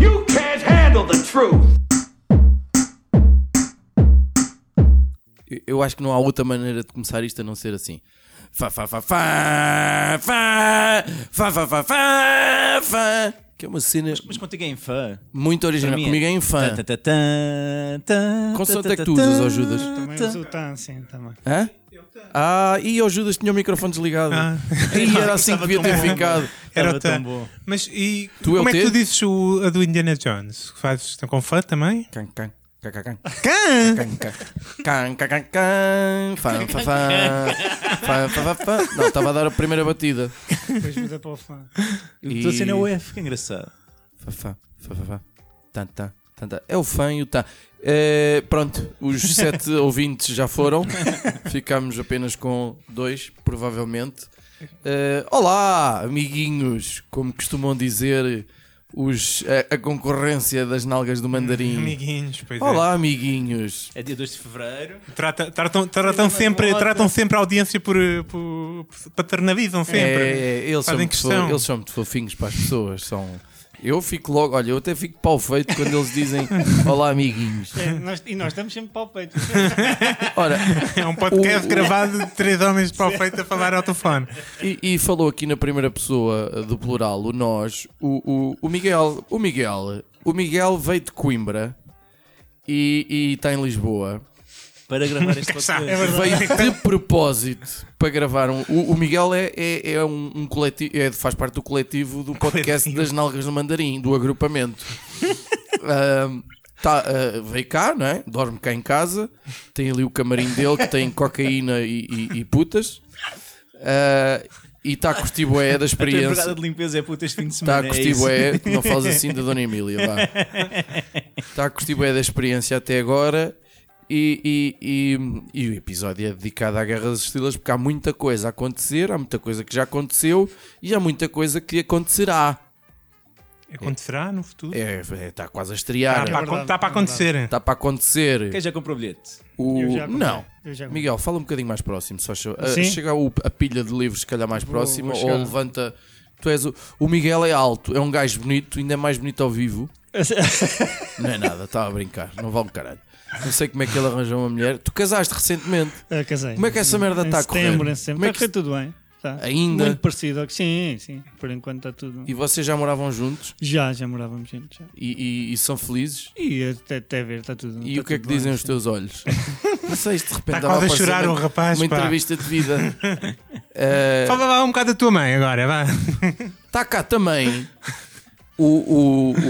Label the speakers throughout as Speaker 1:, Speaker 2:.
Speaker 1: You can't handle the truth.
Speaker 2: Eu- Eu acho que não há outra maneira de começar isto a não ser assim. Fá, fá, fá, fá, fá, fá, fá, fá, fá, fá. Que é uma cena
Speaker 3: Mas contigo é em fã.
Speaker 2: muito original. Comigo é em fã. Qual
Speaker 3: Quanto
Speaker 2: som é que tu usas, ó Judas?
Speaker 4: Também uso o tan, sim, também.
Speaker 2: Hã? Ah, e o Judas tinha o microfone desligado.
Speaker 4: Ah.
Speaker 2: E era assim que devia ter ficado.
Speaker 3: Estava
Speaker 4: Era o tan.
Speaker 3: tão bom.
Speaker 4: Mas e
Speaker 2: Tu é
Speaker 4: como
Speaker 2: o
Speaker 4: é que
Speaker 2: T?
Speaker 4: tu dizes o, a do Indiana Jones? Fazes tão com fã também?
Speaker 2: Can, can, can, can, can.
Speaker 4: Cã!
Speaker 2: Can, can, can, can. Fá, fá, fá. Fá, fá, fá, fá. Não, estava a dar a primeira batida.
Speaker 4: Depois muda para o fã.
Speaker 3: Estou a cena UF, que engraçado.
Speaker 2: Fá, fá, fá, fá, fá. Tan, tan, tan, tan. É o fã e o tá. É, pronto, os sete ouvintes já foram. Ficámos apenas com dois, provavelmente. É, olá, amiguinhos. Como costumam dizer os, a, a concorrência das nalgas do mandarim.
Speaker 4: Amiguinhos, pois
Speaker 2: Olá, amiguinhos.
Speaker 3: É dia 2 de fevereiro.
Speaker 4: é. Trata- tratam, tratam, sempre, tratam sempre a audiência por, por, por- paternalizam sempre.
Speaker 2: É, é, eles, são
Speaker 4: Fazem
Speaker 2: muito fo-
Speaker 4: questão.
Speaker 2: eles são muito fofinhos para as pessoas. São... Eu fico logo, olha, eu até fico pau feito quando eles dizem Olá, amiguinhos.
Speaker 5: É, nós- e nós estamos sempre para o peito.
Speaker 2: Ora,
Speaker 4: É um podcast
Speaker 2: O- É.
Speaker 4: gravado de três homens para o peito a falar ao telefone.
Speaker 2: E, e falou aqui na primeira pessoa uh, do plural, o nós, o, o, o Miguel. O Miguel. O Miguel veio de Coimbra e está em Lisboa.
Speaker 3: Para gravar este podcast.
Speaker 4: É
Speaker 2: Veio de propósito para gravar um. O, o Miguel é, é, é um, coletivo, faz parte do coletivo do podcast
Speaker 4: Coletivo.
Speaker 2: das Nalgas do Mandarim, do agrupamento. Ahm, tá, ah, veio cá, não é? Dorme cá em casa, tem ali o camarim dele que tem cocaína e, e- e putas. Ah, e está a curtir bué da
Speaker 3: A tua empregada
Speaker 2: experiência.
Speaker 3: de limpeza é puta este fim de
Speaker 2: Está
Speaker 3: semana.
Speaker 2: Tá a curtir
Speaker 3: isso.
Speaker 2: bué, não faz assim da Dona Emília, vá. Está a curtir bué da experiência até agora e, e- e- e o episódio é dedicado à Guerra das Estrelas porque há muita coisa a acontecer, há muita coisa que já aconteceu e há muita coisa que acontecerá.
Speaker 4: Acontecerá no futuro?
Speaker 2: É, está quase a
Speaker 4: Está
Speaker 2: estrear.
Speaker 4: para,
Speaker 5: verdade,
Speaker 4: acon- tá para
Speaker 5: é
Speaker 4: acontecer.
Speaker 2: Está para acontecer.
Speaker 3: Quem já comprou o bilhete?
Speaker 2: O...
Speaker 5: Eu já comprei,
Speaker 2: Não.
Speaker 5: eu já comprei.
Speaker 2: Miguel, fala um bocadinho mais próximo. Só cho- a-
Speaker 5: Sim?
Speaker 2: chega o- a pilha de livros, se calhar, mais próxima.
Speaker 5: vou
Speaker 2: ou
Speaker 5: chegar.
Speaker 2: levanta. Tu és o... o Miguel é alto, é um gajo bonito, ainda é mais bonito ao vivo. Não é nada, estava a brincar, não vale um caralho. Não sei como é que ele arranjou uma mulher. Tu casaste recentemente,
Speaker 5: Ah, casei.
Speaker 2: Como é que essa merda
Speaker 5: Em
Speaker 2: está a correr?
Speaker 5: setembro, em setembro.
Speaker 2: Como é
Speaker 5: Está a correr tudo bem. Está.
Speaker 2: Ainda?
Speaker 5: Muito parecido. ao que- Sim, sim. Por enquanto está tudo.
Speaker 2: e vocês já moravam juntos
Speaker 5: Já, já morávamos juntos. já.
Speaker 2: e, e- e são felizes.
Speaker 5: E até, até ver, está tudo.
Speaker 2: E
Speaker 5: está
Speaker 2: o que é que
Speaker 5: tá tudo bem,
Speaker 2: dizem os
Speaker 5: sim.
Speaker 2: teus olhos? Não sei, isto de repente
Speaker 4: Está
Speaker 2: dava
Speaker 4: quase a
Speaker 2: parecer
Speaker 4: chorar
Speaker 2: uma-
Speaker 4: o rapaz.
Speaker 2: Uma
Speaker 4: pá.
Speaker 2: entrevista de vida. Eh,
Speaker 4: Fala lá um bocado da tua mãe agora, vá.
Speaker 2: Está Tá cá também o, o,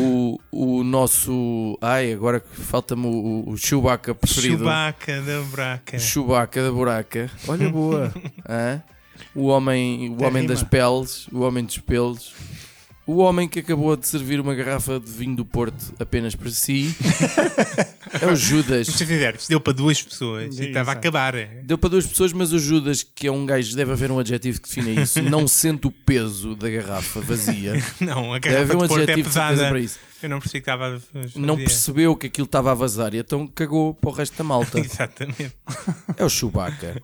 Speaker 2: o, o nosso. Ai, agora que falta-me o, o Chewbacca preferido.
Speaker 4: Chubaca da buraca.
Speaker 2: Chewbacca da buraca. Olha, boa. Hã? O homem, o
Speaker 5: Até
Speaker 2: homem
Speaker 5: rima.
Speaker 2: das peles. O homem dos pelos. O homem que acabou de servir uma garrafa de vinho do Porto apenas para si é o Judas.
Speaker 4: Mas se fizeres, deu para duas pessoas e
Speaker 5: Sim,
Speaker 4: estava a
Speaker 5: exato.
Speaker 4: acabar.
Speaker 2: Deu para duas pessoas, mas o Judas, que é um gajo, deve haver um adjetivo que defina isso, não sente o peso da garrafa vazia.
Speaker 4: Não, a
Speaker 2: Deve
Speaker 4: garrafa
Speaker 2: haver um
Speaker 4: de Porto é
Speaker 2: adjetivo de certeza
Speaker 4: pesada.
Speaker 2: para isso.
Speaker 4: Eu não percebi que estava a fazer.
Speaker 2: não percebeu que aquilo estava a vazar e então cagou para o resto da malta.
Speaker 4: Exatamente.
Speaker 2: É o Chewbacca.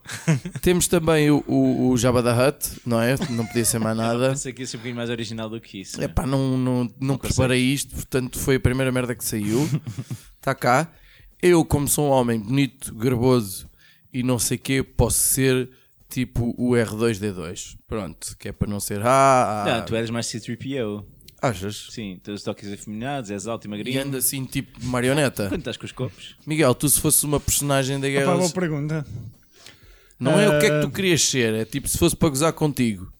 Speaker 2: Temos também o, o, o Jabba da Hutt, não é? Não podia ser mais nada.
Speaker 3: Pensei que ia ser um bocadinho mais original do que isso.
Speaker 2: É pá, não, não, não preparei isto, portanto foi a primeira merda que saiu. Está cá. Eu, como sou um homem bonito, garboso e não sei quê, posso ser tipo o R2D2. Pronto, que é para não ser. Ah, ah,
Speaker 3: Não, tu eras mais C3PO.
Speaker 2: achas?
Speaker 3: Sim, teus toques afeminados, és alto e
Speaker 2: E
Speaker 3: magrinho.
Speaker 2: anda assim tipo de marioneta.
Speaker 3: Quando estás com os copos?
Speaker 2: Miguel, tu se fosses uma personagem da
Speaker 5: Pá,
Speaker 2: guerra.
Speaker 5: boa pergunta.
Speaker 2: Não é o que é que
Speaker 5: Ah.
Speaker 2: tu querias ser, é tipo se fosse para gozar contigo.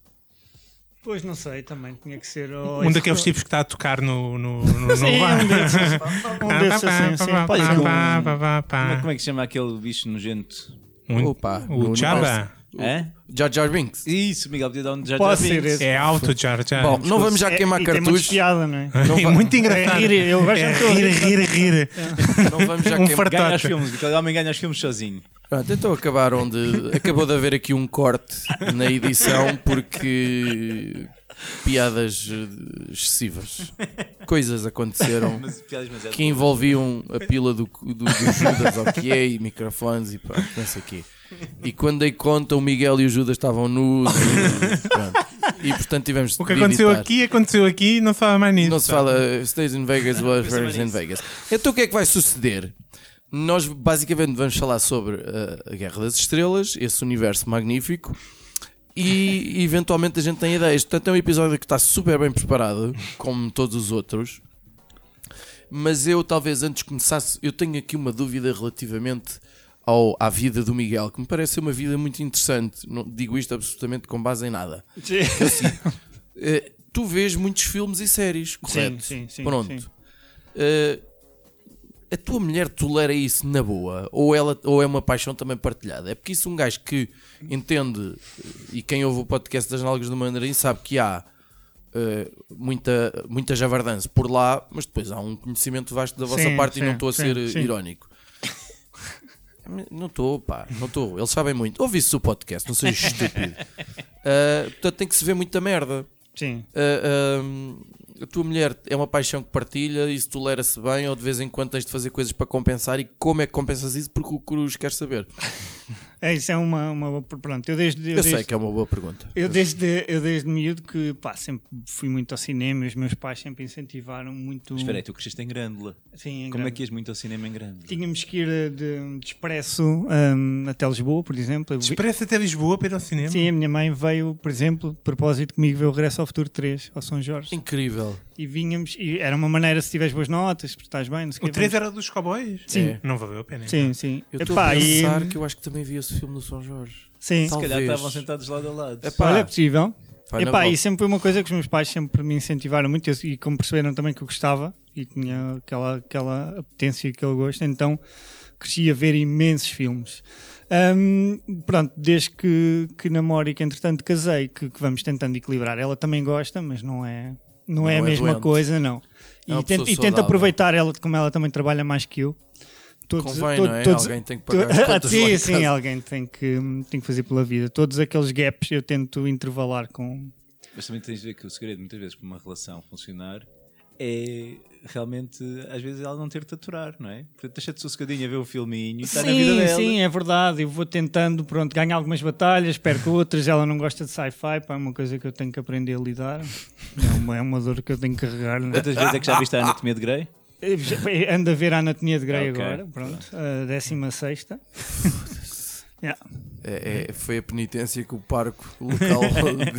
Speaker 5: Pois não sei, também tinha que ser. ou
Speaker 4: Um
Speaker 5: esse-
Speaker 4: daqueles tipos que está a tocar no, no, no, no
Speaker 5: Sim,
Speaker 4: bar.
Speaker 5: um desses. Um desses assim, sim.
Speaker 4: Pá, pá,
Speaker 5: Pode
Speaker 4: pá,
Speaker 5: ser um-
Speaker 4: pá, pá, pá,
Speaker 2: Ah.
Speaker 4: pá.
Speaker 3: Como, como é que se chama aquele bicho nojento?
Speaker 4: Um-
Speaker 2: Opa,
Speaker 4: O
Speaker 2: no-
Speaker 4: Jabba
Speaker 3: Hã?
Speaker 2: Jar Jar Binks.
Speaker 3: Isso, Miguel, podia dar um Jar Jar
Speaker 5: Pode ser
Speaker 3: Binks.
Speaker 5: esse.
Speaker 4: é alto Jar Jar.
Speaker 2: Bom, não vamos já
Speaker 5: É,
Speaker 2: queimar
Speaker 5: e tem muita
Speaker 2: cartuchos.
Speaker 5: piada, não é?
Speaker 2: não
Speaker 4: é
Speaker 2: vai-
Speaker 4: muito engraçado.
Speaker 5: É rir, eu gosto
Speaker 4: É
Speaker 5: de todo.
Speaker 4: rir, rir, rir.
Speaker 2: Não vamos já
Speaker 4: Um
Speaker 2: queimar.
Speaker 4: fartado.
Speaker 3: Ganha os filmes, aquele homem ganha os filmes sozinho.
Speaker 2: Pronto, então acabaram de. Acabou de haver aqui um corte na edição porque. piadas eh, excessivas. Coisas aconteceram
Speaker 3: Mas piadas, mas é.
Speaker 2: que envolviam a pila do, do, do Judas, ok, e microfones e pronto, não sei o quê. E quando dei conta, o Miguel e o Judas estavam nus e, pronto. E, portanto tivemos
Speaker 4: O que
Speaker 2: de
Speaker 4: aconteceu
Speaker 2: editar.
Speaker 4: aqui, aconteceu aqui e não se fala mais nisso.
Speaker 2: Não se fala eh, Stays in Vegas, Warfares in Vegas. Então o que é que vai suceder? Nós basicamente vamos falar sobre eh, a Guerra das Estrelas, esse universo magnífico, e eventualmente a gente tem ideias. Portanto, é um episódio que está super bem preparado, como todos os outros. Mas eu talvez antes começasse, eu tenho aqui uma dúvida relativamente ao, à vida do Miguel, que me parece uma vida muito interessante. Não digo isto absolutamente com base em nada. Eh, tu vês muitos filmes e séries, correto?
Speaker 5: sim, sim,
Speaker 2: Pronto.
Speaker 5: sim.
Speaker 2: Eh, a tua mulher tolera isso na boa? Ou, ela, ou é uma paixão também partilhada? É porque isso um gajo que entende, eh, e quem ouve o podcast das Nalgas do Mandarim sabe que há eh, muita, muita javardance por lá, mas depois há um conhecimento vasto da vossa
Speaker 5: Sim,
Speaker 2: parte e
Speaker 5: sim,
Speaker 2: não estou a
Speaker 5: sim,
Speaker 2: ser eh,
Speaker 5: sim.
Speaker 2: irónico. Não estou, pá, não estou. Eles sabem muito. Ouve isso o podcast, não seja estúpido. Eh, portanto, tem que se ver muita merda.
Speaker 5: Sim.
Speaker 2: Ah, ahm, a tua mulher é uma paixão que partilha, isso tolera-se bem, ou de vez em quando tens de fazer coisas para compensar, e como é que compensas isso? Porque o Cruz quer saber.
Speaker 5: É, isso é uma, uma boa. Pronto, eu desde.
Speaker 2: Eu,
Speaker 5: eu
Speaker 2: sei
Speaker 5: desde-
Speaker 2: que é uma boa pergunta.
Speaker 5: Eu desde, eu desde miúdo que pá, sempre fui muito ao cinema e os meus pais sempre incentivaram muito.
Speaker 3: Espera aí, tu cresceste em Grândola.
Speaker 5: Sim, em
Speaker 3: Como é
Speaker 5: grande.
Speaker 3: que é? és muito ao cinema em Grândola?
Speaker 5: Tínhamos que ir eh, de, de expresso hum, até Lisboa, por exemplo. Eu vi-
Speaker 4: Expressa até Lisboa para ir ao cinema.
Speaker 5: Sim, a minha mãe veio, por exemplo, de propósito comigo ver o Regresso ao Futuro 3, ao São Jorge.
Speaker 2: Incrível.
Speaker 5: E vinhamos, e era uma maneira, se tiveres boas notas, se estás bem, não sei
Speaker 4: O
Speaker 5: quê,
Speaker 3: é
Speaker 4: 3 era dos cowboys?
Speaker 5: Sim.
Speaker 3: assim?
Speaker 4: É. Não valeu a pena.
Speaker 5: vamos- é Sim, sim.
Speaker 2: Eu estou a
Speaker 5: Epá, e-
Speaker 2: pensar que eu acho que também vi esse filme do São Jorge.
Speaker 5: Sim,
Speaker 2: Tal-
Speaker 3: Se calhar
Speaker 2: Talvez.
Speaker 3: estavam sentados lado a lado.
Speaker 2: Epá,
Speaker 5: olha, é possível.
Speaker 2: Vai na
Speaker 5: Epá,
Speaker 2: boa.
Speaker 5: e sempre foi uma coisa que os meus pais sempre me incentivaram muito e e como perceberam também que eu gostava e tinha aquela, aquela apetência e aquele gosto, então cresci a ver imensos filmes. Ahm, pronto, desde que, que namoro e que entretanto casei, que, que vamos tentando equilibrar. Ela também gosta, mas não é, não é a
Speaker 2: Não é
Speaker 5: mesma
Speaker 2: doente.
Speaker 5: coisa, não. E,
Speaker 2: É uma
Speaker 5: tento,
Speaker 2: pessoa
Speaker 5: e tento
Speaker 2: saudável.
Speaker 5: aproveitar ela, como ela também trabalha mais que eu. Todos,
Speaker 2: Convém,
Speaker 5: to-
Speaker 2: não é? Alguém tem que pagar as
Speaker 5: Ah,
Speaker 2: contas lá
Speaker 5: sim,
Speaker 2: em
Speaker 5: sim,
Speaker 2: casa.
Speaker 5: alguém tem que, tem que fazer pela vida. Todos aqueles gaps eu tento intervalar com.
Speaker 3: Mas também tens de ver que o segredo, muitas vezes, para uma relação funcionar é realmente, às vezes, ela não ter de te aturar, não é? Portanto, deixa-te sossegadinha a ver o filminho e está na vida
Speaker 5: sim,
Speaker 3: dela.
Speaker 5: sim, é verdade. Eu vou tentando, pronto, ganho algumas batalhas, perco outras. Ela não gosta de sci-fi, pá, é uma coisa que eu tenho que aprender a lidar. É uma, é uma dor que eu tenho que carregar. Né?
Speaker 3: Quantas vezes é que já viste a Anatomia de Grey?
Speaker 5: Eu já- Ando a ver a Anatomia de Grey
Speaker 3: Ok,
Speaker 5: agora, pronto, a 16. yeah.
Speaker 2: É- é- foi a penitência que o parco local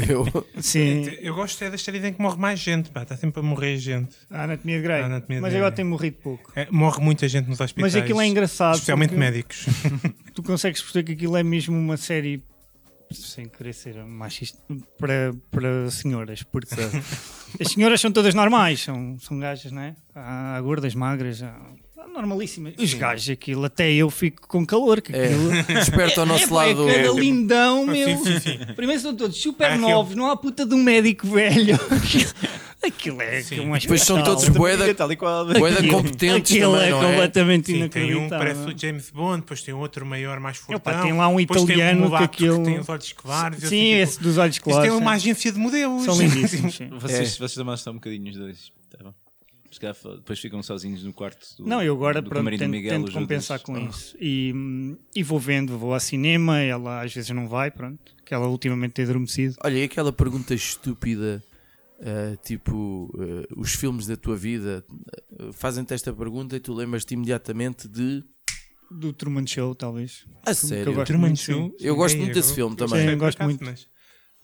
Speaker 2: deu.
Speaker 5: Sim,
Speaker 4: Eu gosto é das séries em que morre mais gente, pá. Está sempre a morrer gente.
Speaker 5: a Anatomia de Grey.
Speaker 4: A Anatomia de
Speaker 5: Mas
Speaker 4: Grey.
Speaker 5: agora tem morrido pouco.
Speaker 4: É, morre muita gente nos hospitais.
Speaker 5: Mas aquilo é engraçado.
Speaker 4: Especialmente
Speaker 5: porque-
Speaker 4: médicos.
Speaker 5: tu consegues perceber que aquilo é mesmo uma série sem querer ser machista para, para senhoras, porque as senhoras são todas normais, são, são gajas, não é? Há gordas, magras, há, há normalíssimas. Os gajos, aquilo, até eu fico com calor, que
Speaker 2: É,
Speaker 5: aquilo.
Speaker 2: desperta ao nosso
Speaker 5: É,
Speaker 2: lado.
Speaker 5: pá, é cada lindão, meu.
Speaker 4: sim, sim, sim.
Speaker 5: Primeiro são todos
Speaker 4: Há
Speaker 5: super
Speaker 4: aquele-
Speaker 5: novos, não há puta de um médico velho. Aquilo é uma
Speaker 2: Depois são todos
Speaker 3: É
Speaker 2: boeda,
Speaker 3: tal e qual.
Speaker 2: boeda competentes
Speaker 5: Aquilo
Speaker 2: também,
Speaker 5: é
Speaker 2: não é?
Speaker 5: completamente
Speaker 4: Sim, tem
Speaker 5: inacreditável.
Speaker 4: um que parece o James Bond, depois tem outro maior mais fortão.
Speaker 5: Opa, é? tem lá um
Speaker 4: depois tem
Speaker 5: italiano que
Speaker 4: mulato
Speaker 5: aquilo-
Speaker 4: tem os olhos claros. eu
Speaker 5: Sim,
Speaker 4: fico,
Speaker 5: esse dos olhos
Speaker 4: Isto
Speaker 5: claros.
Speaker 4: é uma
Speaker 5: sim.
Speaker 4: agência de modelos.
Speaker 5: São lindíssimos. sim.
Speaker 3: Vocês, vocês também estão um bocadinho os dois. Tá bom. Se calhar fa- depois ficam sozinhos no quarto do
Speaker 5: Não, eu agora
Speaker 3: do
Speaker 5: pronto,
Speaker 3: camarim do
Speaker 5: tento,
Speaker 3: Miguel,
Speaker 5: tento
Speaker 3: os
Speaker 5: compensar
Speaker 3: outros- Ah.
Speaker 5: com isso. E, hum, e vou vendo, vou ao cinema, ela às vezes não vai, pronto. Que ela ultimamente tem adormecido.
Speaker 2: Olha, e aquela pergunta estúpida, eh, tipo, eh, os filmes da tua vida eh, fazem-te esta pergunta e tu lembras-te imediatamente de.
Speaker 5: Do Truman Show, talvez.
Speaker 2: A
Speaker 5: Filme que
Speaker 2: sério?
Speaker 5: eu gosto
Speaker 4: Truman
Speaker 5: muito,
Speaker 4: Show.
Speaker 5: Sim,
Speaker 2: Eu gosto
Speaker 4: Sim,
Speaker 2: muito desse filme
Speaker 4: eu
Speaker 2: também.
Speaker 5: Sim,
Speaker 4: sei, por
Speaker 5: gosto
Speaker 4: acaso,
Speaker 5: muito.
Speaker 4: mas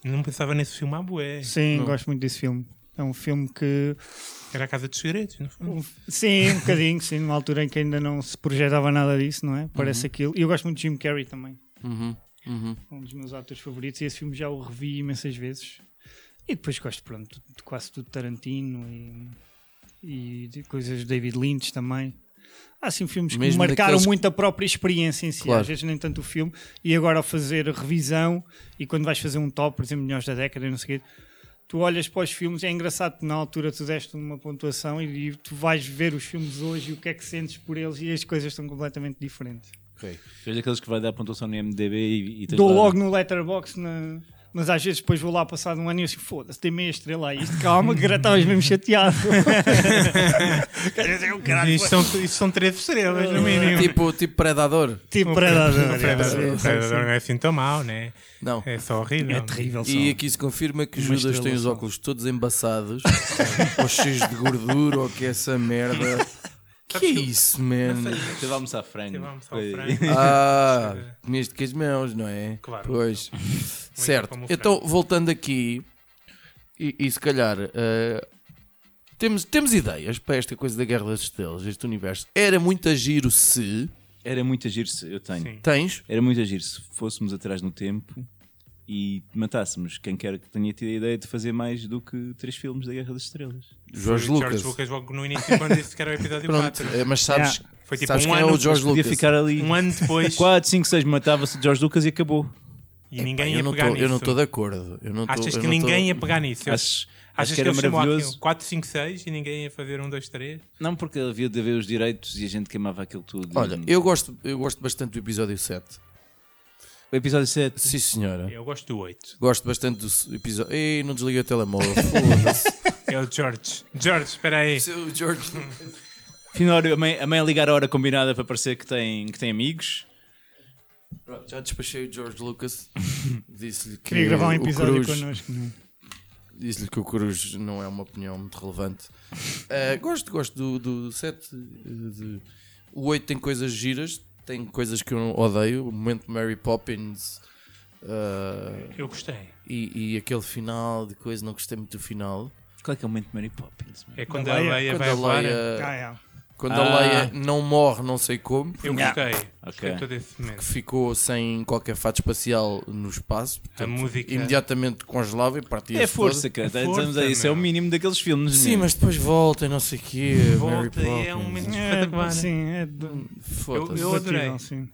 Speaker 4: Não pensava nesse filme à bué.
Speaker 5: Sim,
Speaker 2: Não.
Speaker 5: gosto muito desse filme. É um filme que.
Speaker 4: Era a Casa dos Segredos, no fundo.
Speaker 5: um- sim, um bocadinho, sim, numa altura em que ainda não se projetava nada disso, não é? Parece aquilo. E eu gosto muito de Jim Carrey também.
Speaker 2: Uhum, uhum.
Speaker 5: Um dos meus atores favoritos. E esse filme já o revi imensas vezes. E depois gosto, pronto, de quase tudo Tarantino e. e de coisas de David Lynch também. Há sim filmes
Speaker 2: Mesmo
Speaker 5: que marcaram
Speaker 2: daqueles que-
Speaker 5: muito a própria experiência em si,
Speaker 2: Claro.
Speaker 5: às vezes nem tanto o filme, e agora ao fazer a revisão e quando vais fazer um top, por exemplo, melhores da década, e não sei o quê, tu olhas para os filmes, é engraçado que na altura tu deste uma pontuação e, e tu vais ver os filmes hoje e o que é que sentes por eles e as coisas estão completamente diferentes.
Speaker 3: Tu és daqueles que vai dar pontuação no MDB e, e tens
Speaker 5: Dou
Speaker 3: lá-
Speaker 5: logo no letterbox na, Mas às vezes depois vou lá passado um ano e eu assim, foda-se, tem meia estrela a isto, calma, que estavas mesmo chateado. Quer dizer, eu, caralho,
Speaker 4: Isto são, isto são três estrelas, no mínimo.
Speaker 2: Tipo, tipo predador.
Speaker 5: tipo predador.
Speaker 4: O predador,
Speaker 5: Sim,
Speaker 4: o
Speaker 5: sim,
Speaker 4: predador
Speaker 5: sim.
Speaker 4: não é assim tão mau, né?
Speaker 2: Não.
Speaker 4: É só horrível.
Speaker 5: É terrível. só.
Speaker 2: E aqui se confirma que
Speaker 4: Uma
Speaker 2: Judas tem
Speaker 4: estrela
Speaker 2: os
Speaker 4: só.
Speaker 2: óculos todos embaçados, ou cheios de gordura, ou que é essa merda. que é isso, man?
Speaker 3: Teve a almoçar frango.
Speaker 4: Teve a almoçar
Speaker 3: Foi-
Speaker 4: frango.
Speaker 2: Ah, comeste com as mãos, não é?
Speaker 4: Claro.
Speaker 2: Pois. certo.
Speaker 4: como o
Speaker 2: Então, voltando aqui, e, e se calhar, ah, temos, temos ideias para esta coisa da Guerra das Estrelas, este universo. Era muito a giro se.
Speaker 3: Era muito agir se eu tenho.
Speaker 4: Sim.
Speaker 2: Tens?
Speaker 3: Era muito agir se fôssemos atrás no tempo e matássemos quem quer que tenha tido a ideia de fazer mais do que três filmes da Guerra das Estrelas.
Speaker 2: Jorge
Speaker 4: Foi o
Speaker 2: Lucas.
Speaker 4: George Lucas logo no início, quando disse que era o episódio
Speaker 2: Pronto,
Speaker 4: 4.
Speaker 2: eh, mas sabes,
Speaker 5: Yeah.
Speaker 4: Foi tipo
Speaker 2: sabes
Speaker 4: um
Speaker 2: quem é
Speaker 4: ano,
Speaker 2: o George
Speaker 3: Podia
Speaker 2: Lucas?
Speaker 3: ficar ali
Speaker 4: Um ano depois
Speaker 3: 4, 5, 6, matava-se o George Lucas e acabou.
Speaker 4: e ninguém
Speaker 2: eu
Speaker 4: ia
Speaker 2: não
Speaker 4: pegar
Speaker 2: tô-
Speaker 4: nisso.
Speaker 2: eu não estou de acordo. Eu não tô-
Speaker 4: Achas
Speaker 2: eu
Speaker 4: que
Speaker 2: não tô-
Speaker 4: ninguém ia pegar nisso? Eu-
Speaker 3: Acho-
Speaker 4: Achas
Speaker 3: acho que era
Speaker 4: eles chamam tipo, aquilo
Speaker 3: maravilhoso.
Speaker 4: 4, 5, 6 e ninguém ia fazer 1, 2, 3?
Speaker 3: Não porque havia de haver os direitos e a gente queimava aquilo tudo.
Speaker 2: Olha,
Speaker 3: E-
Speaker 2: eu gosto, eu gosto bastante do episódio 7.
Speaker 3: O episódio 7.
Speaker 2: Sim, senhora.
Speaker 4: Eu gosto do 8.
Speaker 2: Gosto bastante do s- episódio. Ei, não desliguei o telemóvel. Foda-se.
Speaker 4: É o George. George, espera aí.
Speaker 2: Seu George.
Speaker 3: Afinal, a mãe, a mãe a ligar a hora combinada para parecer que tem, que tem amigos.
Speaker 2: Pronto, já despachei o George Lucas. Disse-lhe que
Speaker 5: Queria gravar um
Speaker 2: o
Speaker 5: episódio
Speaker 2: Cruz,
Speaker 5: connosco. não é?
Speaker 2: Disse-lhe que o Cruz não é uma opinião muito relevante. Eh, gosto, gosto do, do 7. eh, de- O 8 tem coisas giras, tem coisas que eu não odeio. O momento Mary Poppins. eh,
Speaker 4: Eu gostei.
Speaker 2: E, e aquele final de coisa, não gostei muito do final.
Speaker 3: Qual é que é o momento de Mary Poppins? meu?
Speaker 4: É quando
Speaker 5: Da
Speaker 4: a
Speaker 5: Leia.
Speaker 4: Leia
Speaker 2: Quando
Speaker 4: vai
Speaker 2: a
Speaker 4: voar.
Speaker 2: Leia,
Speaker 5: Ah, é.
Speaker 2: quando
Speaker 3: Ah.
Speaker 2: a Leia não morre, não sei como,
Speaker 4: Eu gostei. Gostei
Speaker 3: Ok.
Speaker 4: todo esse
Speaker 2: que
Speaker 4: momento.
Speaker 2: ficou sem qualquer fato espacial no espaço, portanto,
Speaker 4: A música.
Speaker 2: imediatamente congelava e partia
Speaker 3: É força, cara.
Speaker 4: É
Speaker 3: Estamos a
Speaker 4: força,
Speaker 3: isso. É o
Speaker 4: meu.
Speaker 3: mínimo daqueles filmes.
Speaker 2: Sim,
Speaker 3: mesmo.
Speaker 2: mas depois volta e não sei o quê. Mary
Speaker 4: Volta e é um
Speaker 2: Poppins.
Speaker 4: momento
Speaker 5: É,
Speaker 4: espetacular.
Speaker 5: sim, é do-
Speaker 2: Foda-se.
Speaker 4: Eu adorei.
Speaker 5: debatível, sim.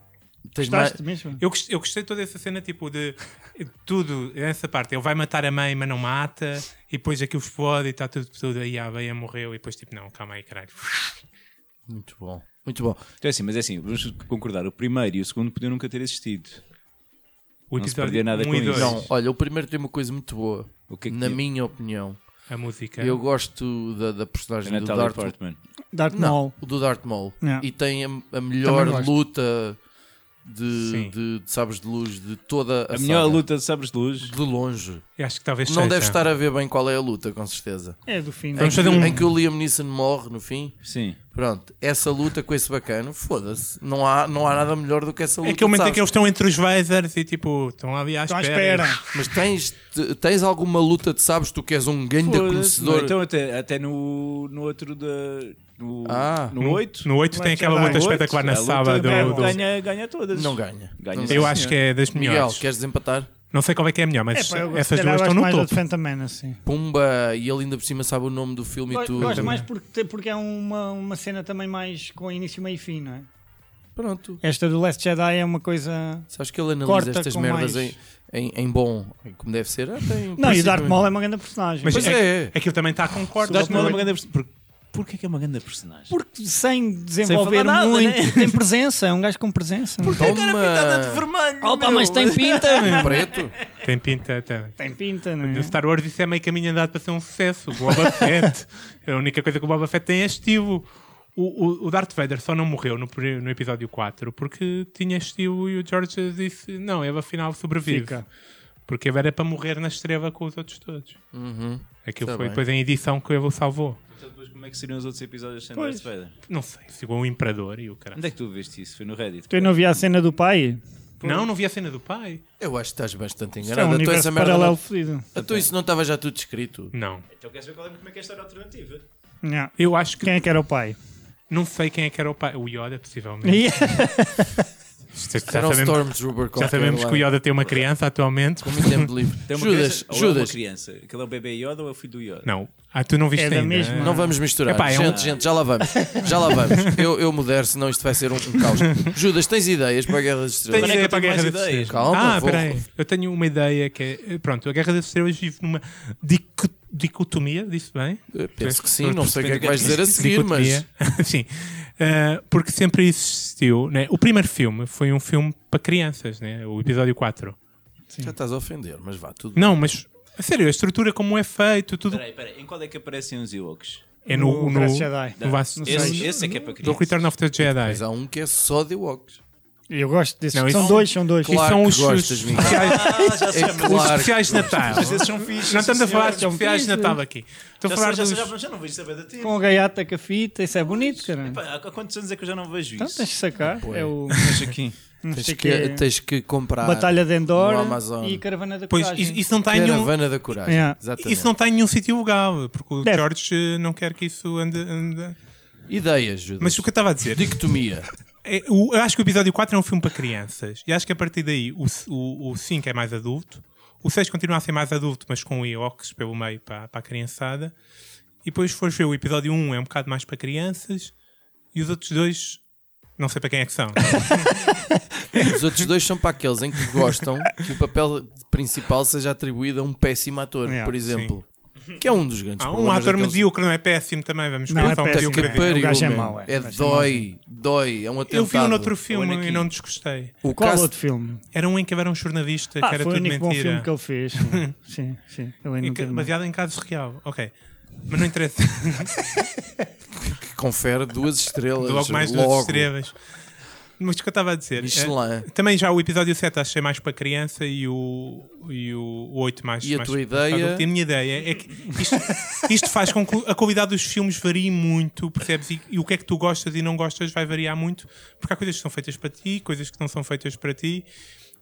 Speaker 2: Tens mais-
Speaker 5: Gostaste mesmo?
Speaker 4: Eu gostei, eu gostei toda essa cena, tipo, de tudo, essa parte. Ele vai matar a mãe, mas não mata, e depois aquilo explode e está tudo, tudo aí, a Leia morreu, e depois, tipo, não, calma aí, caralho.
Speaker 2: Muito bom. Muito bom.
Speaker 3: Então, é assim, mas é assim, vamos concordar. O primeiro e o segundo podiam nunca ter existido.
Speaker 4: O
Speaker 3: Não se
Speaker 4: episódio
Speaker 3: perdia nada
Speaker 4: um
Speaker 3: com
Speaker 4: e
Speaker 3: isso.
Speaker 4: dois.
Speaker 2: Não, olha, o primeiro tem uma coisa muito boa,
Speaker 3: O que é que
Speaker 2: na
Speaker 3: tinha?
Speaker 2: minha opinião.
Speaker 4: A música.
Speaker 2: Eu gosto da, da personagem
Speaker 3: A
Speaker 2: do
Speaker 3: É Natalie
Speaker 2: Darth
Speaker 3: Portman.
Speaker 5: Darth Maul.
Speaker 2: Não, o do Darth Maul. É.
Speaker 5: Yeah.
Speaker 2: E tem a, a melhor
Speaker 5: Também gosto.
Speaker 2: luta de,
Speaker 4: Sim.
Speaker 2: de, de sabres de luz de toda a,
Speaker 3: A melhor
Speaker 2: saga.
Speaker 3: luta de sabres de luz.
Speaker 2: de longe.
Speaker 4: Eu acho que talvez
Speaker 2: Não
Speaker 4: seja.
Speaker 2: deve estar a ver bem qual é a luta, com certeza.
Speaker 5: É do fim.
Speaker 4: Vamos
Speaker 2: em, que,
Speaker 4: fazer um-
Speaker 2: em que o Liam Neeson morre no fim.
Speaker 3: Sim.
Speaker 2: Pronto, essa luta com esse bacano, foda-se. Não há, não há nada melhor do que essa luta.
Speaker 4: É aquele momento em
Speaker 2: sabes?
Speaker 4: que eles estão entre os visors e, tipo, estão ali à
Speaker 5: Estão Então, à
Speaker 4: espera.
Speaker 5: espera.
Speaker 2: Mas tens, te- tens alguma luta de sabes tu que és um ganda
Speaker 3: Foda-se,
Speaker 2: conhecedor?
Speaker 3: não, Então, até, até no, no outro da. No,
Speaker 2: Ah.
Speaker 3: no 8.
Speaker 4: No 8 tem
Speaker 5: Vai
Speaker 4: aquela
Speaker 5: chegar.
Speaker 4: luta
Speaker 5: No
Speaker 4: espetacular na sábado.
Speaker 5: é
Speaker 4: Do, do-
Speaker 3: Ganha, ganha todas.
Speaker 2: Não ganha.
Speaker 3: Ganha
Speaker 2: Não
Speaker 3: sim,
Speaker 4: Eu
Speaker 2: ganha.
Speaker 4: acho que é das
Speaker 2: Miguel,
Speaker 4: melhores.
Speaker 2: queres desempatar?
Speaker 4: Não sei qual é que é a melhor,
Speaker 5: É,
Speaker 4: mas
Speaker 5: pá, eu
Speaker 4: essas
Speaker 5: se calhar
Speaker 4: duas estão
Speaker 5: gosto
Speaker 4: no
Speaker 5: mais do
Speaker 4: topo.
Speaker 5: Phantom Menace. sim.
Speaker 2: Pumba, e ele ainda por cima sabe o nome do filme e tudo.
Speaker 5: Gosto mais porque, porque é uma, uma cena também mais com início, meio e fim, não é?
Speaker 2: Pronto.
Speaker 5: Esta do Last Jedi é uma coisa.
Speaker 2: Sabes que ele analisa
Speaker 5: Corta
Speaker 2: estas
Speaker 5: com
Speaker 2: merdas
Speaker 5: mais.
Speaker 2: em, em, em bom, em como deve ser. Ah, tem,
Speaker 5: Não, e o Darth
Speaker 2: principalmente-
Speaker 5: Maul é uma grande personagem.
Speaker 4: Mas
Speaker 2: Pois
Speaker 4: é,
Speaker 2: é.
Speaker 4: aquilo também está com cordas.
Speaker 3: Darth Maul é
Speaker 4: não é?
Speaker 3: uma grande personagem. Por, porquê que é uma grande personagem?
Speaker 5: porque sem desenvolver
Speaker 3: falar nada,
Speaker 5: muito,
Speaker 3: né?
Speaker 5: tem presença, é um gajo com presença.
Speaker 2: Toma, Um
Speaker 3: vermelho!
Speaker 5: Opa, mas tem pinta, é um
Speaker 2: né?
Speaker 5: meu.
Speaker 2: preto.
Speaker 4: Tem pinta. Tem.
Speaker 5: Tem pinta, não é?
Speaker 4: No Star Wars isso é meio caminho andado para ser um sucesso. O Boba Fett. A única coisa que o Boba Fett tem é estilo. O, o- o Darth Vader só não morreu no, pri- no episódio 4 porque tinha estilo e o George disse: Não, ele afinal sobrevive.
Speaker 5: Fica.
Speaker 4: Porque ele era para morrer na estreva com os outros todos. Aquilo
Speaker 2: Tá
Speaker 4: foi
Speaker 2: bem.
Speaker 4: depois em edição que ele o salvou.
Speaker 3: Depois, como é que seriam os outros episódios sem
Speaker 5: Pois.
Speaker 3: Darth Vader?
Speaker 4: Não sei, chegou o Imperador e o caralho.
Speaker 3: Onde é que tu viste isso? Foi no Reddit?
Speaker 5: Tu Então, não vi a cena do pai?
Speaker 4: Não, não vi a cena do pai.
Speaker 2: Eu acho que estás bastante
Speaker 5: Isto é um
Speaker 2: enganado. então, essa
Speaker 5: universo
Speaker 2: merda
Speaker 5: paralelo
Speaker 2: não,
Speaker 5: fodido.
Speaker 2: então isso não estava já tudo escrito.
Speaker 4: Não.
Speaker 3: Então queres ver qual é, como é que é a história alternativa?
Speaker 5: Não.
Speaker 4: Eu acho que
Speaker 5: Quem é que era o pai?
Speaker 4: não sei quem é que era o pai. O Yoda, possivelmente.
Speaker 5: E- é.
Speaker 4: Já
Speaker 2: Era um
Speaker 4: sabemos-
Speaker 2: Stormtrooper
Speaker 4: Já
Speaker 2: qualquer é?
Speaker 4: sabemos
Speaker 2: lá.
Speaker 4: que o Yoda tem uma criança atualmente.
Speaker 2: Com muito tempo livre.
Speaker 3: Tem uma
Speaker 2: Judas,
Speaker 3: criança, Ou é uma
Speaker 2: Judas,
Speaker 3: criança? Aquele é o bebê Yoda ou é o filho do Yoda?
Speaker 4: Não. Ah, tu não viste
Speaker 5: É da
Speaker 4: ainda.
Speaker 5: mesma.
Speaker 4: Não,
Speaker 2: não vamos misturar.
Speaker 4: Epá, é um-
Speaker 2: gente, gente, já lá vamos. Já lá vamos. Eu, eu mudero, senão isto vai ser um, um caos. Judas, tens ideias para a Guerra das Estrelas?
Speaker 3: Tenho-
Speaker 4: Quando é que é
Speaker 3: Eu
Speaker 4: para a
Speaker 3: tenho
Speaker 4: Guerra
Speaker 3: mais
Speaker 4: das
Speaker 3: ideias.
Speaker 4: Estrelas?
Speaker 2: Calma,
Speaker 4: ah,
Speaker 2: vou-
Speaker 4: peraí. Eu tenho uma ideia que é. Pronto, a Guerra das Estrelas vive numa dico- dicotomia, disse bem?
Speaker 2: Eu Penso que sim, não sei o que é que vais dizer a seguir, mas.
Speaker 4: Dicotomia. Sim. Ah, porque sempre existiu. Né? O primeiro filme foi um filme para crianças, né? o episódio 4.
Speaker 2: Já estás a ofender, mas vá, tudo
Speaker 4: Não, mas a sério, a estrutura como é feito, tudo.
Speaker 3: Peraí, peraí. Em qual é que aparecem os Ewoks?
Speaker 4: É no. no,
Speaker 5: Last
Speaker 4: no,
Speaker 5: Jedi.
Speaker 4: vaso-
Speaker 5: Não
Speaker 3: Esse,
Speaker 5: sei.
Speaker 3: esse é que é para
Speaker 4: do
Speaker 3: crianças.
Speaker 4: Return of the Jedi.
Speaker 2: Mas há um que é só de Ewoks.
Speaker 5: Eu gosto desses.
Speaker 4: Não, isso-
Speaker 5: são dois, são dois.
Speaker 4: Isso
Speaker 2: Claro
Speaker 4: são
Speaker 2: que
Speaker 4: os,
Speaker 2: gostas,
Speaker 4: os
Speaker 2: Miguel.
Speaker 4: especiais,
Speaker 3: Ah, já se
Speaker 2: É
Speaker 3: chama.
Speaker 4: os
Speaker 2: claro.
Speaker 4: especiais de Natal.
Speaker 3: Mas esses são fixos.
Speaker 4: Não estamos a
Speaker 3: sim,
Speaker 4: falar de
Speaker 3: senhor.
Speaker 4: especiais de
Speaker 5: fixos.
Speaker 4: Natal aqui. Estou a
Speaker 3: Já
Speaker 4: falar
Speaker 3: sei, já
Speaker 4: dos.
Speaker 3: sei, já- já não vejo saber da ti.
Speaker 5: Com a gaiata com a fita, isso é bonito, caralho.
Speaker 3: Pá, Há quantos anos é que eu já não vejo
Speaker 5: Então
Speaker 3: isso?
Speaker 5: tens de sacar.
Speaker 2: Pois.
Speaker 5: É o.
Speaker 3: Mas aqui.
Speaker 5: não
Speaker 2: Tens
Speaker 5: sei
Speaker 2: que,
Speaker 4: é.
Speaker 5: quê.
Speaker 2: tens que comprar
Speaker 5: Batalha de
Speaker 2: no
Speaker 5: Endor
Speaker 2: Amazon.
Speaker 5: e Caravana da
Speaker 4: Pois,
Speaker 5: Coragem.
Speaker 4: isso isso não está em nenhum.
Speaker 2: Caravana da Coragem.
Speaker 5: Yeah.
Speaker 2: Exatamente.
Speaker 4: um- Isso não está em nenhum sítio legal, porque o
Speaker 5: Deve.
Speaker 4: George eh, não quer que isso ande. ande-
Speaker 2: Ideias, Judas.
Speaker 4: Mas o que eu estava a dizer,
Speaker 2: Dicotomia.
Speaker 4: é, o- eu acho que o episódio 4 é um filme para crianças, e acho que a partir daí o, c- o, o 5 é mais adulto, o 6 continua a ser mais adulto, mas com Ewoks pelo meio para, para a criançada, e depois se fores ver o episódio 1 é um bocado mais para crianças, e os outros dois, não sei para quem é que são.
Speaker 2: Os outros dois são para aqueles em que gostam que o papel principal seja atribuído a um péssimo ator,
Speaker 5: Yeah,
Speaker 2: por exemplo. Que é um dos grandes
Speaker 4: Há um
Speaker 2: problemas
Speaker 4: ator
Speaker 2: daqueles-
Speaker 4: medíocre, não é péssimo também, vamos
Speaker 5: Não, é
Speaker 4: pensar um
Speaker 5: péssimo,
Speaker 2: Que
Speaker 4: medíocre.
Speaker 5: é. O
Speaker 2: pariu,
Speaker 5: gajo é
Speaker 2: meu.
Speaker 5: mau, é.
Speaker 2: É
Speaker 5: O gajo é
Speaker 2: dói, dói. É um atentado.
Speaker 4: Eu vi um outro filme
Speaker 3: Olha aqui.
Speaker 4: e não desgostei.
Speaker 2: O
Speaker 5: Qual
Speaker 2: cast-
Speaker 5: outro filme?
Speaker 4: Era um em que era um jornalista,
Speaker 5: Ah,
Speaker 4: que era
Speaker 5: foi o
Speaker 4: tudo
Speaker 5: único bom
Speaker 4: mentira.
Speaker 5: filme que ele fez. sim, sim. Ele
Speaker 4: E
Speaker 5: ainda
Speaker 4: que-
Speaker 5: teve mais.
Speaker 4: baseado em casos real, ok. Mas não interessa.
Speaker 2: que confere duas estrelas.
Speaker 4: logo mais duas estrelas. Mas o que eu estava a dizer.
Speaker 2: Michelin.
Speaker 4: é, também já o episódio 7 achei é mais para criança e o, e o 8 mais.
Speaker 2: E a
Speaker 4: mais
Speaker 2: tua
Speaker 4: para
Speaker 2: ideia?
Speaker 4: adulto. E a minha ideia é que isto, isto faz com que a qualidade dos filmes varie muito, percebes? E, e o que é que tu gostas e não gostas vai variar muito, porque há coisas que são feitas para ti, coisas que não são feitas para ti.